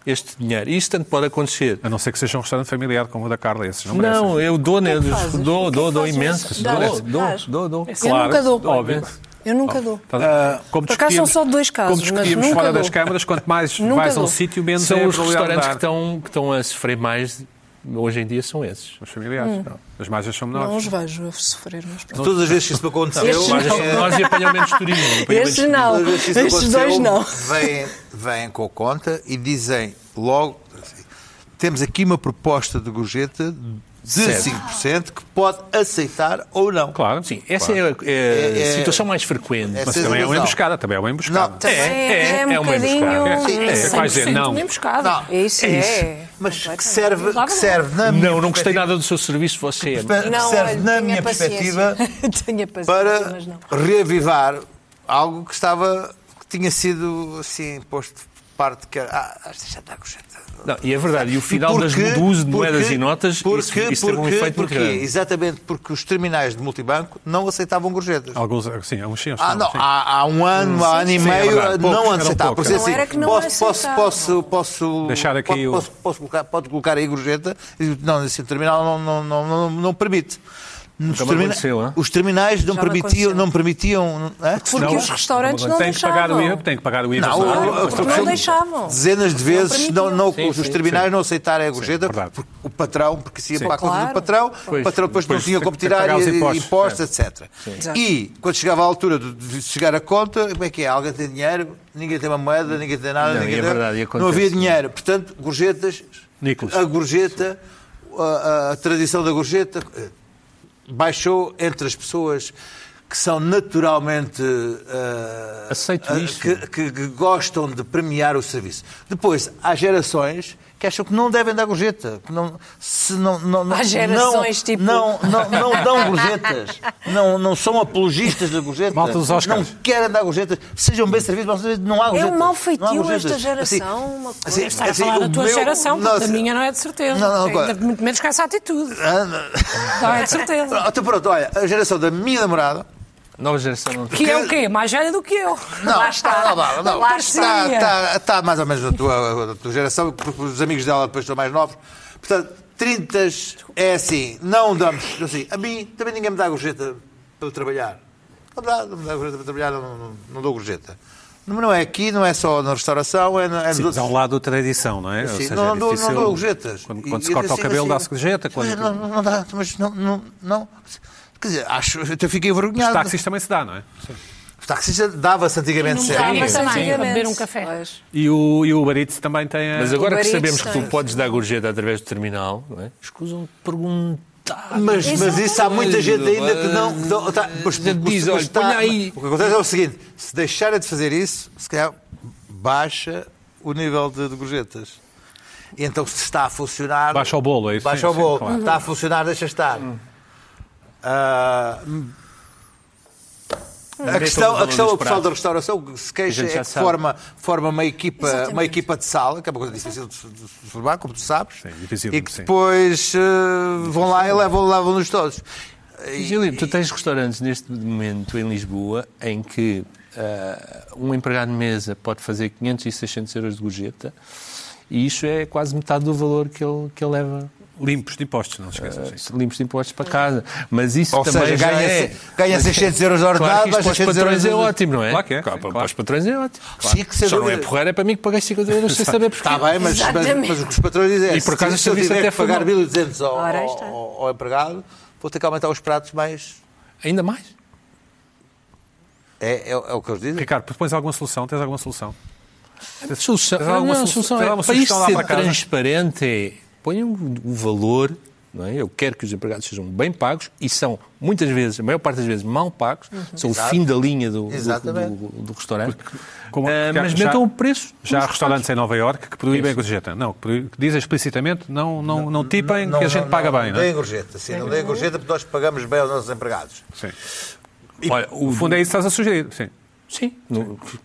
este dinheiro. Isto tanto pode acontecer. A não ser que seja um restaurante familiar como o da Carla, esses não merecem. Não, eu dou, né? que fazes? Dou, O que dou, dou fazes? imenso. Dás? Dou, dou, Dás? dou, dou. eu nunca dou. É Óbvio. Eu nunca dou. Ah, como Por acaso são discutíamos- só dois casos, Como discutíamos mas nunca fora dou. das câmaras, quanto mais Nunca vais a um dou. sítio, menos é São a os probabilidade de restaurantes que dar. estão, que estão a sofrer mais hoje em dia são esses. Os familiares. Não. As margens são Não menores. os vejo a sofrer, mas pronto. Todas as vezes que isso me aconteceu, Estes Mas eh, nós apanham menos turismo. apanham menos Estes turismo. não, Todas as vezes que isso estes aconteceu, dois não. Vêm, vêm com a conta e dizem logo: assim, temos aqui uma proposta de gorjeta de 5% que pode aceitar ou não. Claro. Sim, essa é, a- é a É- é- situação mais frequente. é Mas Tens também é uma razão. emboscada, também é uma emboscada. Não, Também É, é, é um uma bocadinho. emboscada. É, é, vai dizer, não. Nem buscado. Não, Isso é. mas que serve, que serve na minha Não, não gostei perspectiva- nada do seu serviço, você é. que serve na minha perspectiva tenha paciência, para mas não. reavivar algo que estava que tinha sido assim posto de parte que era, ah, esta já está com jeito. Não, e é verdade, e o final das, do uso de moedas e notas, isso, isso teve um efeito muito porque, grande. Exatamente, porque os terminais de multibanco não aceitavam gorjetas. Alguns, sim, há uns sim, uns Ah, não, sim. há, há um ano, há ano e Sim, é meio, verdade, poucos, não eram aceitavam. Por poucos. isso, Não assim, era que não posso, posso, aceitavam. posso, posso, Deixar aqui posso, o- posso, posso colocar, pode colocar aí gorjeta. E, Não, esse terminal não, não, não, não, não permite. Os, me aconteceu, hein? os terminais não Já me permitiam, aconteceu. não é? permitiam. hã? Porque os restaurantes não tem que pagar o IVA, deixavam. tem que pagar o IVA. Não, senão- eu- eu- Porque não eu- deixavam. Dezenas de vezes não, não, os os terminais não aceitaram a gorjeta, verdade. porque o patrão, porque se ia Sim. para a conta Claro. do patrão, Pois, o patrão depois depois não tinha tem como que tirar pagar os e- impostos, é. impostos, etc. Exato. E quando chegava a altura de, de chegar a conta, como é que é? Alguém tem dinheiro, ninguém tem uma moeda, ninguém tem nada, Não, ninguém e é tem- verdade, e não havia acontece. dinheiro. Portanto, gorjetas, Nicolas. a gorjeta, a, a tradição da gorjeta eh, baixou entre as pessoas que são naturalmente eh, Aceito ah, isto. Que, que- que gostam de premiar o serviço. Depois, há gerações que acham que não devem dar gorjeta. que não, se não, não, não, Há gerações, não, tipo- Não, não, não dão gorjetas. Não, não são apologistas da gorjeta. Malta dos não Oscars. querem dar gorjetas. Sejam bem servidos, mas não É há gorjeta. um mau não há feitio gorjetas. Assim, esta geração, uma coisa. Está a falar É o da tua meu- geração, porque nossa. da minha não é de certeza. Não, não, agora- Ainda Muito menos com essa atitude. Ah, não. Não é de certeza. Então, pronto, olha, a geração da minha namorada Nova geração não tem. Que é o quê? Mais velha do que eu. Não, Lá está. Não, não, não. Lá está, está. está, está mais ou menos na tua, na tua geração, porque os amigos dela depois são mais novos. Portanto, 30 é assim, não damos. Assim, a mim também ninguém me dá gorjeta para eu trabalhar. Não dá, não me dá gorjeta para trabalhar, não, não, não dou gorjeta. Não, não é aqui, não é só na restauração, é, no- é Sim, nos mas outros- há um lado da tradição, não é? Ou Sim, seja, não, é não, difícil- não dou gorjetas. Quando, E- quando e se corta o assim, cabelo, assim, dá-se gorjeta. Quando... Não, não dá, mas não, não, não. Quer dizer, acho, eu até fiquei envergonhado. Os táxis também se dá, não é? Os taxistas dava-se antigamente dava, sempre. mas também, Antigamente. para beber um café. Pois. E o, e o Uber Eats também tem a... Mas agora que Uber Eats sabemos que tu tem. podes dar gorjeta através do terminal, não é? escusam de perguntar. Mas, mas isso há muita gente ainda que não. Que não tá, mas, Gente mas- diz, mas olha, ponha aí. O que acontece é o seguinte: se deixarem de fazer isso, se calhar baixa o nível de, de gorjetas. E então se está a funcionar. Baixa o bolo, é isso? Baixa Sim, o bolo. sim, claro. Hum. Está a funcionar, deixa estar. Ah, a questão, a questão o pessoal da restauração que se A queixa gente já é que sabe. forma, forma uma, equipa, uma equipa de sala, que é uma coisa difícil de, de, de formar, como tu sabes, Sim, difícil, e que sim. depois eh, vão lá e levam- levam-nos todos. E- Gilip, tu tens restaurantes neste momento em Lisboa em que ah, um empregado de mesa pode fazer 500 e 600 euros de gorjeta e isso é quase metade do valor que ele, que ele leva eh, Limpos de impostos, não se Eh, esqueçam. sim. limpos de impostos para casa. Mas isso Ou também seja, já ganha, é... ganha 600 euros de Claro ordenado, que isto mais para os 600 euros patrões de- é ótimo, não é? Claro que é, Claro, sim, Para claro. os patrões é ótimo. Sim, que sem Só não é dúvida. porreiro, é para mim que paguei 50 euros sem saber porquê. Está bem, mas, Exatamente. mas, mas o que os patrões dizem é E por acaso o se eu serviço tiver até que foi pagar bom. 1.200 ao, Ora, aí está. ao, ao empregado, vou ter que aumentar os pratos mais... Ainda mais? É, é, é o que eles dizem. Ricardo, propões alguma solução? Tens alguma solução? Solução, Tens alguma não, solu- a solução tens é, alguma para isto sugestão lá ser para casa? transparente é ponham o o valor, não é? eu quero que os empregados sejam bem pagos e são muitas vezes, a maior parte das vezes, mal pagos, são o fim da linha do, do, Exatamente. do- do restaurante, como- Ah, já- mas já- metam o preço. Já há nos restaurantes em Nova Iorque que proíbem a gorjeta. Não, que proí- que dizem explicitamente, não, não, não tipem, que a gente paga bem, Não não é? deem gorjeta, sim, não deem gorjeta porque nós pagamos bem aos nossos empregados. Sim. restaurantes. Olha, O fundo é isso que estás a sugerir, sim. Sim, no- sim.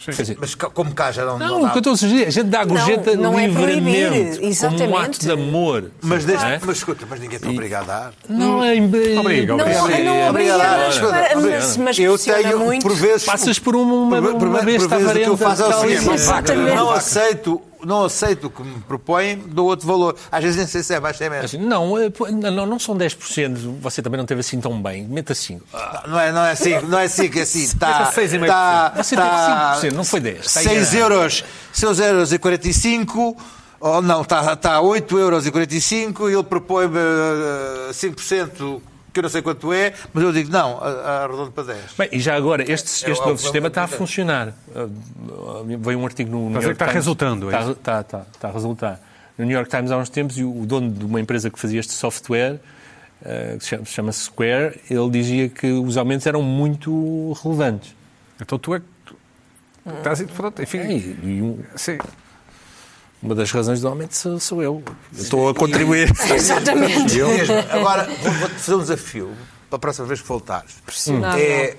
Sim. Quer dizer, Mas ca- como cá já não, Não, não o dá- que eu estou a sugerir, a gente dá a gorjeta não é proibir, livremente, como exatamente. um ato de amor. Mas, deixa- não é? mas escuta, mas ninguém está obrigado a dar. Não é... Obriga, Não, obriga. Obrigado. não obriga, Obrigado. mas, para- mas, mas eu pressiona tenho, muito. por vezes. Passas por uma- uma- por- por- uma por besta vezes o que eu avarenta, faço é o tal e seguinte, qual. Exatamente. Não aceito, não aceito o que me propõem, dou outro valor. Às vezes nem sei se é baixo, é mesmo. Assim, Não, é, pô, não, não são 10%, você também não teve assim tão bem. Meta 5. Não é, não é assim, não é assim que é assim. tá, Está. Mas é seis e meio está- Você está- tá teve 5%, não foi 10. Está aí 6 a- euros, 6 euros e 45. Oh, não, está tá a 8,45€ e ele propõe-me eh, 5%, que eu não sei quanto é, mas eu digo, não, a- arredondo para 10. Bem, e já agora, este, este É, é, novo é, sistema é, está a é. funcionar. Uh, uh, Veio um artigo no New dizer York que está Times. resultando, é Está, isso? está, está, está a resultar. No New York Times há uns tempos, e o dono de uma empresa que fazia este software, uh, que se chama- se chama Square, ele dizia que os aumentos eram muito relevantes. Então tu é que. tu- Estás aí, pronto, enfim. É, E, e um- Sim. uma das razões do aumento sou, sou eu. Estou a contribuir. Exatamente. Eu mesmo. Agora, vou- vou-te fazer um desafio para a próxima vez que voltares. É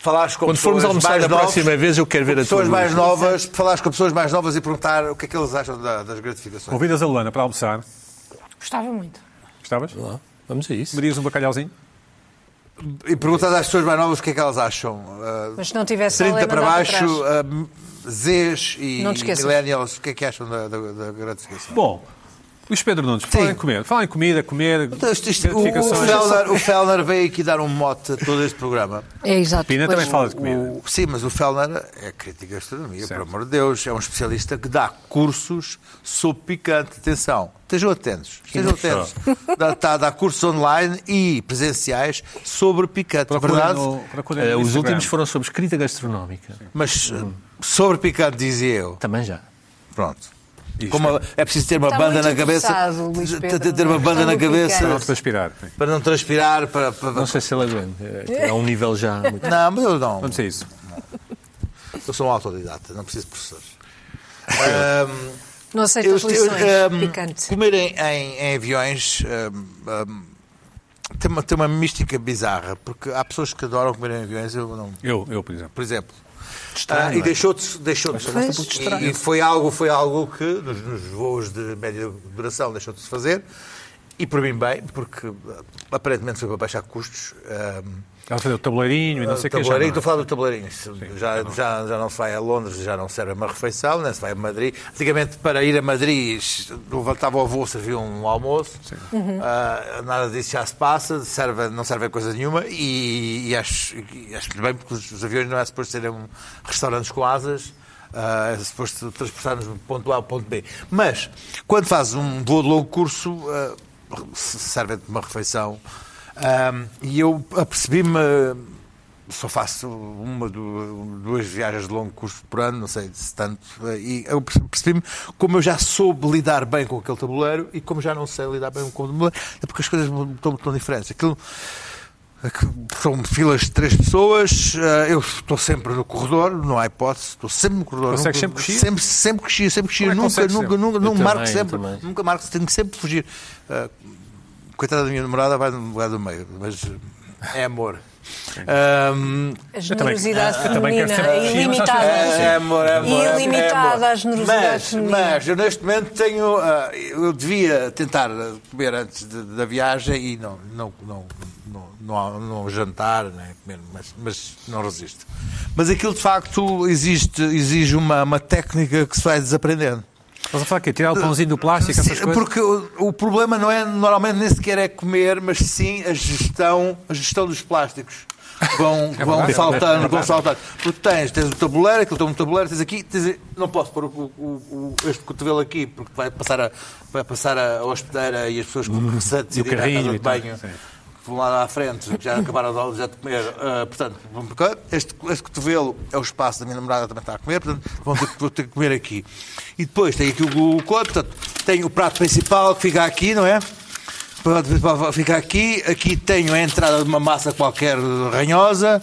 falares com Quando pessoas formos almoçar mais da novas, próxima vez, eu quero ver a tua pessoas mais luz. novas, falares com pessoas mais novas e perguntar o que é que eles acham da- das gratificações. Convidas a Luana para almoçar. Gostava muito. Gostavas? Lá, Vamos a isso. Medias um bacalhauzinho? E perguntas às pessoas mais novas o que é que elas acham. Ah, Mas se não tivesse a lei, 30 para mandava baixo, trás. ah, Zs e Não te esqueças. millennials, o que é que acham da, da, da gratificação? Bom, Luís Pedro Nunes, falar em comer. Falar em comida, comer. Então, isto- isto- o, o, gratificações. Fellner, o Fellner veio aqui dar um mote a todo este programa. É exato. Pina Pois, também fala de comida. O- sim, mas o Fellner é crítico à gastronomia, por amor de Deus. É um especialista que dá cursos sobre picante. Atenção, estejam atentos. Estejam atentos. Dá- Está a dar cursos online e presenciais sobre picante. Procurem verdade? no- procurem Eh, no os Instagram. últimos foram sobre escrita gastronómica. Mas Hum. eh, sobre picante, dizia eu. Também já. Pronto. Como a- é preciso ter uma Está banda muito na cabeça. interessado, Luís ter- Pedro. ter uma banda Está na muito cabeça Para não transpirar. Sim. para não transpirar. Para, para- Não sei se ele aguenta. É é um nível já muito... Não, mas eu não. Vamos a isso. Eu sou um autodidata, não preciso de professores. Ahm, Não aceita eu- eu- lições. ahm, Picante. Comer em, em- em aviões ahm, ahm, tem, uma, tem uma mística bizarra, porque há pessoas que adoram comer em aviões, eu não. Eu, eu, por exemplo. Por exemplo. Ah, e deixou-te. Deixou e, e foi algo, foi algo que nos, nos voos de média duração deixou-te fazer. E por mim bem, porque ah, aparentemente foi para baixar custos. hum, ahm, Ela fazia o tabuleirinho e não sei o que. já tabuleirinho, não. Ah, é? estou a falar do tabuleirinho. Isso já, já, já não se vai a Londres, já não serve uma refeição, nem se vai a Madrid. Antigamente, para ir a Madrid, levantava o avô, servia um almoço. Ah, nada disso já se passa, serve, não serve a coisa nenhuma. E, e acho, e acho muito bem, porque os, os aviões não é suposto serem um- restaurantes com asas. ah, é suposto transportar-nos do ponto A ao ponto B. Mas, quando fazes um voo de longo curso, ah, se- servem-te uma refeição. Ah, e eu apercebi-me só faço uma, du- duas viagens de longo curso por ano, não sei se tanto. E eu perce- percebi-me como eu já soube lidar bem com aquele tabuleiro e como já não sei lidar bem com o tabuleiro, é porque as coisas mu- estão tão diferentes. Aquilo. aquilo- São filas de três pessoas, eh, eu estou sempre no corredor, não há hipótese, estou sempre no corredor. Consegues nunca- sempre cochir? Sempre, sempre cochio, sempre cochio. Como é que nunca, consegues nunca, sempre? nunca, Eu nunca também, marco eu sempre. também. Nunca marco, tenho que sempre fugir. Eh, coitada da minha namorada, vai no lugar do meio, mas eh, é amor. Ahm, também- A generosidade eu também quero feminina ser é possível, mas acho ilimitável. que- é, é amor, é amor, E é amor, ilimitada é amor. a generosidade mas, feminina. Mas eu neste momento tenho. ah, eu devia tentar ah, comer antes de- da viagem e não, não, não, não, não, não jantar, nem comer, mas, mas não resisto. Mas aquilo de facto existe, exige uma, uma técnica que se vai desaprendendo. Estás a falar o quê? Tirar o pãozinho do plástico, então Sim, essas coisas? Porque o, o problema não é normalmente nem sequer é comer, mas sim a gestão, a gestão dos plásticos. Vão, vão É verdade. saltando, vão saltando. Porque tens, tens o tabuleiro, aquilo tem um tabuleiro, tens aqui, tens, não posso pôr o, o- o- este cotovelo aqui, porque vai passar a, vai passar a hospedeira e as pessoas que começam a decidir ir à carrinho casa de Hum, e tal, banho sim. que vão lá à frente, que já acabaram de almoçar de comer. ah, portanto, vão pecar. este, este cotovelo é o espaço da minha namorada também está a comer, portanto, vão ter, que- vou ter que comer aqui. E depois tem aqui o, o coto, portanto, tem o prato principal que fica aqui, não é? O prato principal fica aqui. Aqui tenho a entrada de uma massa qualquer ranhosa.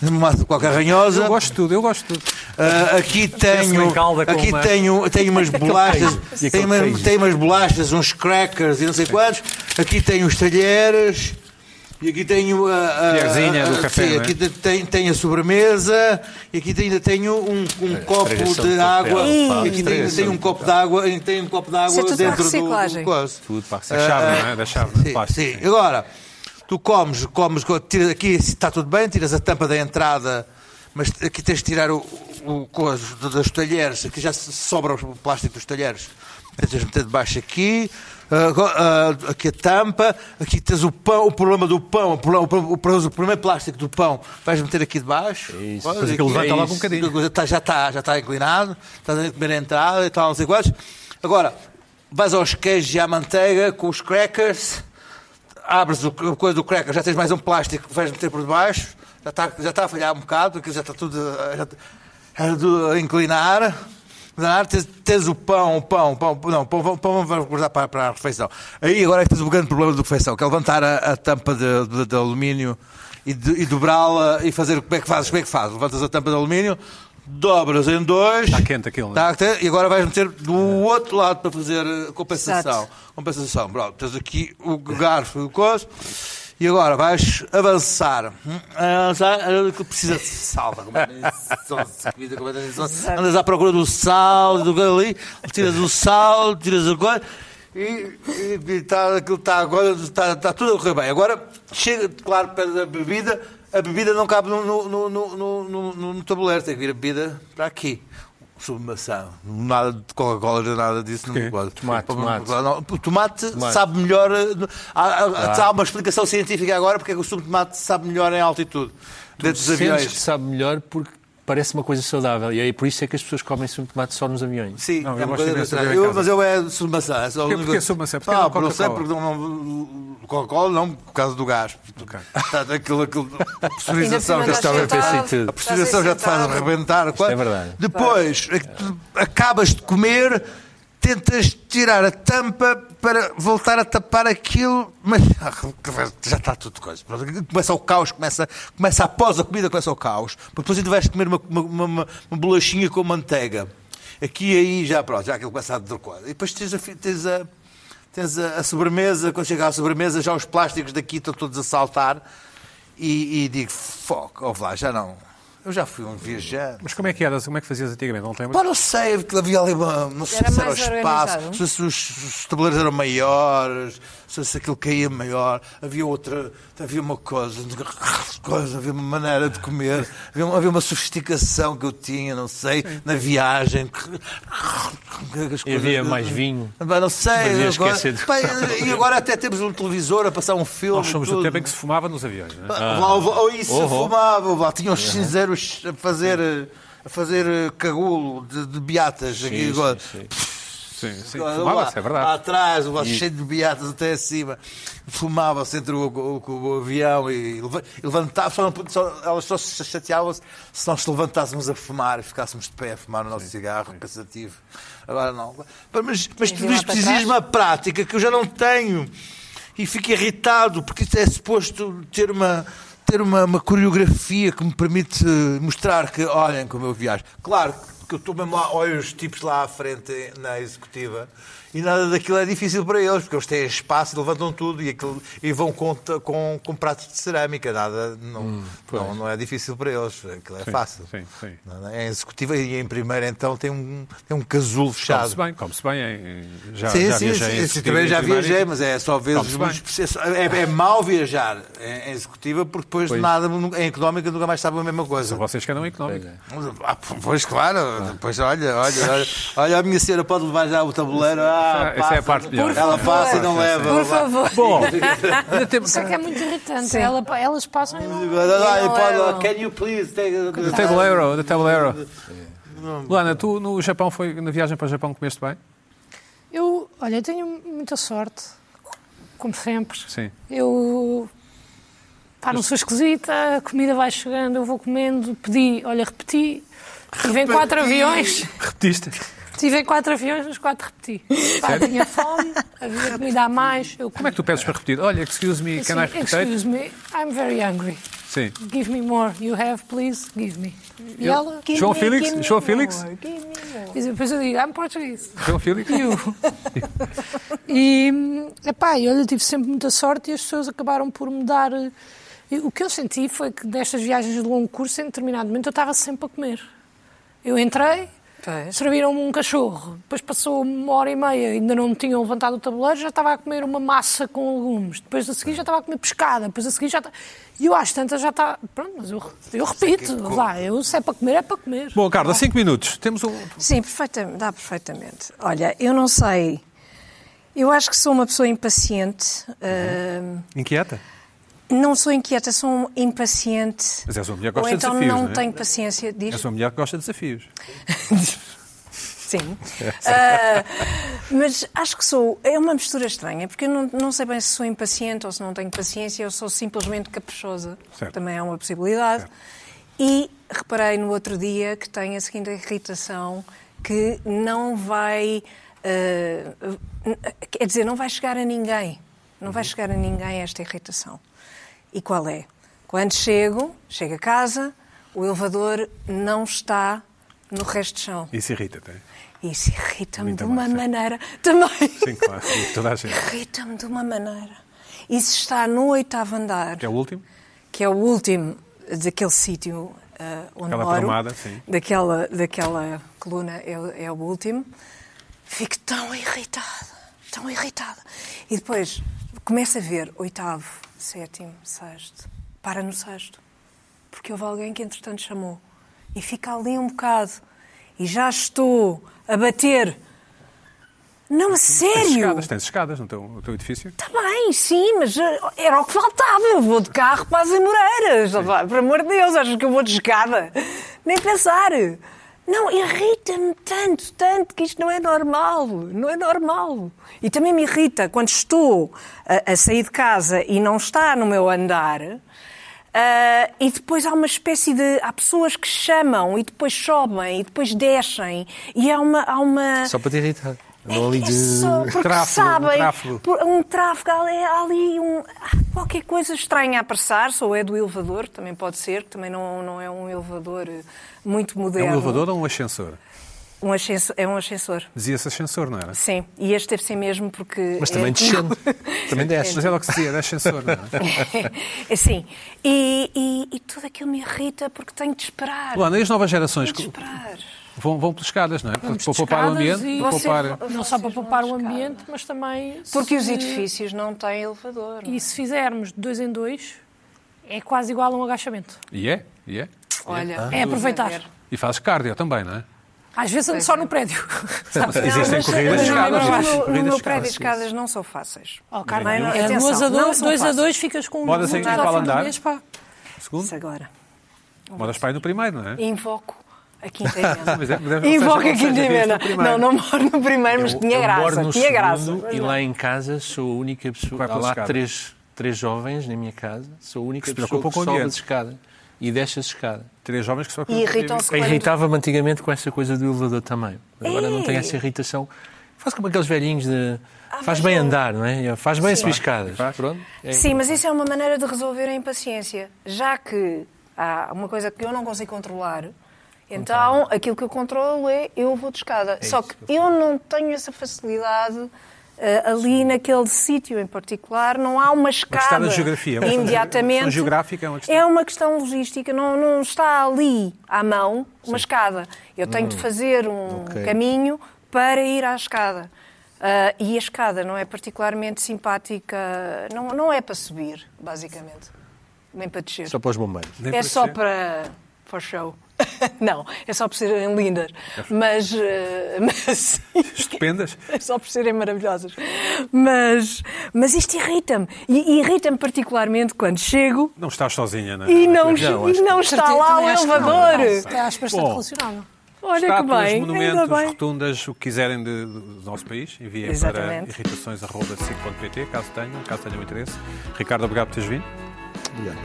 Uma massa qualquer ranhosa. Eu gosto de tudo, eu gosto de tudo. Ah, aqui em tenho, calda com aqui uma- tenho, tenho umas bolachas, E aquele tenho, umas- queijo. tenho umas bolachas, uns crackers e não sei quantos. Aqui tenho os talheres. E aqui tenho a, a- Colherzinha do a- café, sim, não é? aqui te- tenho, tenho a sobremesa e aqui te- ainda tenho um, um copo estragação de de água. papel, pá, E aqui tenho, ainda tenho um copo de água, ainda tenho um copo Isso de é água tudo para dentro do, do reciclagem. coso. Tudo, pá. Da chave, Ah, não é? Da chave, de Sim, plástico. sim. Agora, tu comes, comes, co- tiras aqui, se está tudo bem, tiras a tampa da entrada, mas aqui tens de tirar o, o coso do- dos talheres, aqui já se- sobra o plástico dos talheres. Tens de meter debaixo aqui, ah, go- ah, aqui a tampa, aqui tens o pão, o problema do pão, o, problema, o, pro- o, pro- o primeiro plástico do pão, vais meter aqui debaixo. Isso. Olha, Mas aquilo aqui- levanta é logo um isso. bocadinho. Tá- já está já está inclinado, estás a comer a entrada e tal, não sei quantos. Agora, vais aos queijos e à manteiga com os crackers, abres o, a coisa do cracker, já tens mais um plástico que vais meter por debaixo, já está, já está a falhar um bocado, aquilo já está tudo a, já, já tá tudo a inclinar. inclinar, Tens, tens o pão, o pão, o pão, não, o pão, pão, pão vamos guardar para, para a refeição. Aí agora é que tens o grande problema da refeição, que é levantar a, a tampa de, de- de alumínio e, de- e dobrá-la e fazer como é que fazes, como é que fazes? Levantas a tampa de alumínio, dobras em dois. Está quente aquilo, não é? Está quente, e agora vais meter do outro lado para fazer eh, compensação. Exato. Compensação, pronto. Tens aqui o garfo e o coço. E agora vais avançar. Hum, Avançar, eh, que precisa de sal. pá, como é que são de comida, como é que são? Andas à procura do sal, do ali, tiras o sal, tiras o coisa. E, e, e tá, aquilo está agora, está tá tudo a correr bem. Agora chega, claro, para a bebida. A bebida não cabe no, no, no, no, no, no- no- no tabuleiro, tem que vir a bebida para aqui. Submação. Nada de Coca-Cola, nada disso. não Quê? pode. Tomate, tomate. Não, o tomate sabe melhor. eh, no- Há, há- Ah. há uma explicação científica agora porque é que o sumo de tomate sabe melhor em altitude. Dentro dos Sentes que aviões. sabe melhor porque parece uma coisa saudável. E aí por isso é que as pessoas comem sumo de tomate só nos aviões. Sim, Não, eu é uma gosto coisa imenso de natural. ver em Eu- casa. Mas eu é sumo de maçã. É só Porquê- o porquê único- sumo de maçã? Porquê Ah, não porque não sei, Coca-Cola? porque não- não. Coca-Cola não, por causa do gás. Tá, Aquilo, aquilo, a pressurização já Ainda por cima estava a estás pensar. sentado, A pressurização estás já te faz sentado. arrebentar. Claro. é verdade. Depois, é que tu acabas de comer, tentas tirar a tampa para voltar a tapar aquilo, mas ah, já está tudo coisa. Pronto, Começa o caos, começa, começa após a comida, começa o caos. Depois ainda vais comer uma, uma, uma- uma- uma bolachinha com manteiga. Aqui e aí já pronto, já aquilo começa a derrubar. E depois tens a. fi- Tens a Tens a, a sobremesa, quando chega à sobremesa, já os plásticos daqui estão todos a saltar. E, e digo, fuck, ouve lá, já não. Eu já fui um viajante. Mas como é que era? Como é que fazias antigamente? Não te lembras? Pá, não sei, porque havia ali uma. Não sei Era se era o mais espaço, organizado? se, se os, os tabuleiros eram maiores, se, se aquilo caía maior. Havia outra. Havia uma coisa, coisa, havia uma maneira de comer, havia uma, havia uma sofisticação que eu tinha, não sei, na viagem. que- que as E havia coisas- mais vinho. Pá, não sei. Havia Agora, esquecido. Pá, e- e agora até temos um televisor a passar um filme. Nós somos do tudo. tempo em que se fumava nos aviões, não é? Lá, ou, ou isso Oh, oh. fumava, lá tinham os cinzeiros a fazer, eh, a fazer eh, cagulo de, de beatas. aqui, Sim, agora. sim, sim. Sim, sim. Lá- Fumava-se, é Lá verdade. atrás, o vaso cheio de beatas até acima. Fumava-se entre o, o- o- o avião e leva- e levantava. Só, não- só- elas só se chateavam se se nós se levantássemos a fumar e ficássemos de pé a fumar o nosso cigarro, cansativo. Agora não. Pá, Mas, mas Mas tu lá diz para precisas trás? de uma prática que eu já não tenho. E fico irritado porque isto é suposto ter uma. Ter uma, uma coreografia que me permite eh, mostrar que, olhem como eu viajo. Claro que eu estou mesmo lá, olho os tipos lá à frente eh, na executiva e nada daquilo é difícil para eles, porque eles têm espaço, levantam tudo e, aquilo- e vão com, ta- com, com pratos de cerâmica. Nada, não, não, não é difícil para eles, aquilo é fácil. Hum, sim, sim. Não, não, É em executiva e em primeira, então, tem um, tem um casulo fechado. Come-se bem, come-se bem. em- Já, Sim, Ah, já sim, viajei em sim, sim, executivo também e já primário. viajei, mas é só vezes Come-se muitos bem. processos. É, é mau viajar em, em executiva porque depois de nada, nunca- em económica, nunca mais sabe a mesma coisa. Vocês que andam em económico. Ah, pois claro, depois olha, olha, olha, olha, a minha senhora pode levar já o tabuleiro. Ah, Essa é a passa. parte melhor. Ela passa e não leva. Por favor. Bom, Isso é que é muito irritante. Sim. Ela- elas passam e não- Ah, e Não levam. pode, can you please take The Tablero, the Tablero. Luana, tu no Japão foi na viagem para o Japão comeste bem? Eu, olha, eu tenho muita sorte, como sempre. Sim. Eu pá, não sou esquisita, a comida vai chegando, eu vou comendo, pedi, olha, repeti. Tive em quatro aviões, Repetiste? tive em quatro aviões, nos quatro repeti. Pá, tinha fome, havia comida a mais. Eu Como é que tu pedes para repetir? Olha, excuse me, can I Assim, repeat? excuse me, I'm very hungry. Sim. Give me more. You have, please, give me. E ela, Give João me- Félix? give me João more, Félix? give me more. e depois eu digo, I'm Portuguese. João Félix? You. e, epá, e olha, tive sempre muita sorte e as pessoas acabaram por me dar... eh, e O que eu senti foi que destas viagens de longo curso, em determinado momento, eu estava sempre a comer. Eu entrei, Pois. serviram-me um cachorro, depois passou uma hora e meia, ainda não me tinham levantado o tabuleiro, já estava a comer uma massa com legumes, depois a seguir já estava a comer pescada, depois a seguir já está... E eu às tantas já está... Pronto, mas eu, eu repito, lá, eu, se é para comer, é para comer. Bom, Carla, cinco minutos. Temos um. Sim, perfeitamente, dá perfeitamente. Olha, eu não sei. Eu acho que sou uma pessoa impaciente. ah, Inquieta? não sou inquieta, sou um impaciente. Mas és uma mulher que Ou gosta de é? então desafios, não não é? tenho paciência. Diz. És uma mulher que gosta de desafios. Sim. Ah, mas acho que sou. É uma mistura estranha, porque eu não, não sei bem se sou impaciente ou se não tenho paciência, eu sou simplesmente caprichosa. Certo. Também é uma possibilidade. E reparei no outro dia que tenho a seguinte irritação: que não vai. ah, quer dizer, não vai chegar a ninguém. Não vai chegar a ninguém esta irritação. E qual é? Quando chego, chego a casa, o elevador não está no resto de chão. Isso irrita-te. é? Isso irrita-me mim de também, uma sim. maneira também. Sim, claro. sim, Toda a gente. Irrita-me de uma maneira. E se está no oitavo andar, Que é o último? que é o último daquele sítio ah, onde Aquela moro, promada, sim. daquela, daquela coluna é, o- é o último, fico tão irritada, tão irritada. E depois começo a ver oitavo, sétimo, sexto, para no sexto, porque houve alguém que entretanto chamou. E fica ali um bocado. E já estou a bater. Não, a Tens sério! Tá escadas, tens escadas no teu, no teu edifício? Está bem, sim, mas eh, era o que faltava. Eu vou de carro para as Amoreiras. Pá, Por amor de Deus, achas que eu vou de escada? Nem pensar. Não, irrita-me tanto, tanto, que isto não é normal. Não é normal. E também me irrita quando estou eh, a, a sair de casa e não está no meu andar. ah, e depois há uma espécie de. Há pessoas que chamam e depois sobem e depois descem. E há uma. Há uma Só para te irritar. é, Não ali de... é só porque tráfego, sabem, um tráfego. por- um tráfego, há ali, há ali um, há qualquer coisa estranha a passar-se, ou é do elevador, também pode ser, que também não, não é um elevador eh, muito É moderno. um elevador ou um ascensor? Um ascenso- é um ascensor, Dizia-se ascensor, não era? sim. E este deve ser mesmo porque... Mas é- também descendo. também desce. Mas era o que se dizia, era ascensor, não era? eh, Sim. E, e, e tudo aquilo me irrita porque tenho de esperar. Luana, e as novas gerações tenho de que esperar. vão, vão pelas escadas, não é? Para Vamos para de poupar o escadas ambiente, e- para poupar... Você- Não só Vocês para vão poupar o buscar. ambiente, mas também. Porque os se- edifícios não têm elevador. não é? E se fizermos de dois em dois, é quase igual a um agachamento. E é, e é. Olha, É aproveitar. vamos ver. E fazes cardio também, não é? Às vezes é. ando só no prédio. Existem mas- corridas mas de escadas, No, existem no, corridas de meu escadas, prédio de sim. escadas não são fáceis. Ok. Também não- É atenção, dois não a dois, são dois a fáceis. dois ficas com um Moda sem resultado qual ao fim do andar? mês, pá. Segundo, Isso agora. modas pai no primeiro, não é? Invoco a Quinta Emenda. Mas é- mas é- Invoco ou seja, a Quinta vives no Emenda. primeiro. Não, não moro no primeiro, mas tinha graça. moro no tinha graça. é. segundo e lá em casa sou a única pessoa. Vai Há pelas lá escadas. três, três jovens na minha casa. Sou a única Que se pessoa preocupam que com o sobe ambiente. as escadas e desce as escadas. Três jovens que só... E irritam-se quando... Irritava-me antigamente com essa coisa do elevador também. Agora não tenho essa irritação. Faz como aqueles velhinhos de. faz É. Ah, mas bem não. andar, não é? Faz bem subir escadas. Faz. Pronto. É- Sim, mas isso é uma maneira de resolver a impaciência. Já que há uma coisa que eu não consigo controlar, então aquilo que eu controlo é eu vou de escada. Só que eu não tenho essa facilidade eh, ali naquele sítio em particular. Não há uma escada. questão da geografia, é uma questão de- imediatamente. questão geográfica, é uma questão- É uma questão logística. Não, não está ali à mão uma escada. Eu tenho Hum. de fazer um Ok. caminho para ir à escada. Ah, e a escada não é particularmente simpática, não, não é para subir, basicamente, nem para descer. Só para os bombeiros. Nem é para só ser. para, para o show. não, é só por serem lindas. Mas, ah, mas Estupendas. é só por serem maravilhosas. Mas, mas isto irrita-me. E, e irrita-me particularmente quando chego Não estás sozinha, não é? e não, Não, e acho não está lá o Também acho que não, elevador. não, Acho bastante Bom. relacionável. Olha que Estátuas, bem, ainda monumentos, bem. rotundas, o que quiserem de- do nosso país, enviem para Exatamente. irritações.pt, caso tenham, caso tenham interesse. Ricardo, obrigado por teres vindo. Obrigado.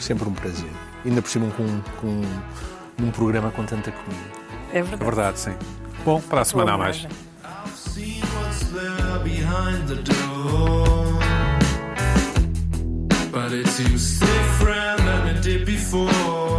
Sempre um prazer. Ainda por cima com, com um programa com tanta comida. É É verdade. verdade, sim. Bom, para a semana a mais. I've seen what's there behind the door. But it seems different than it did before.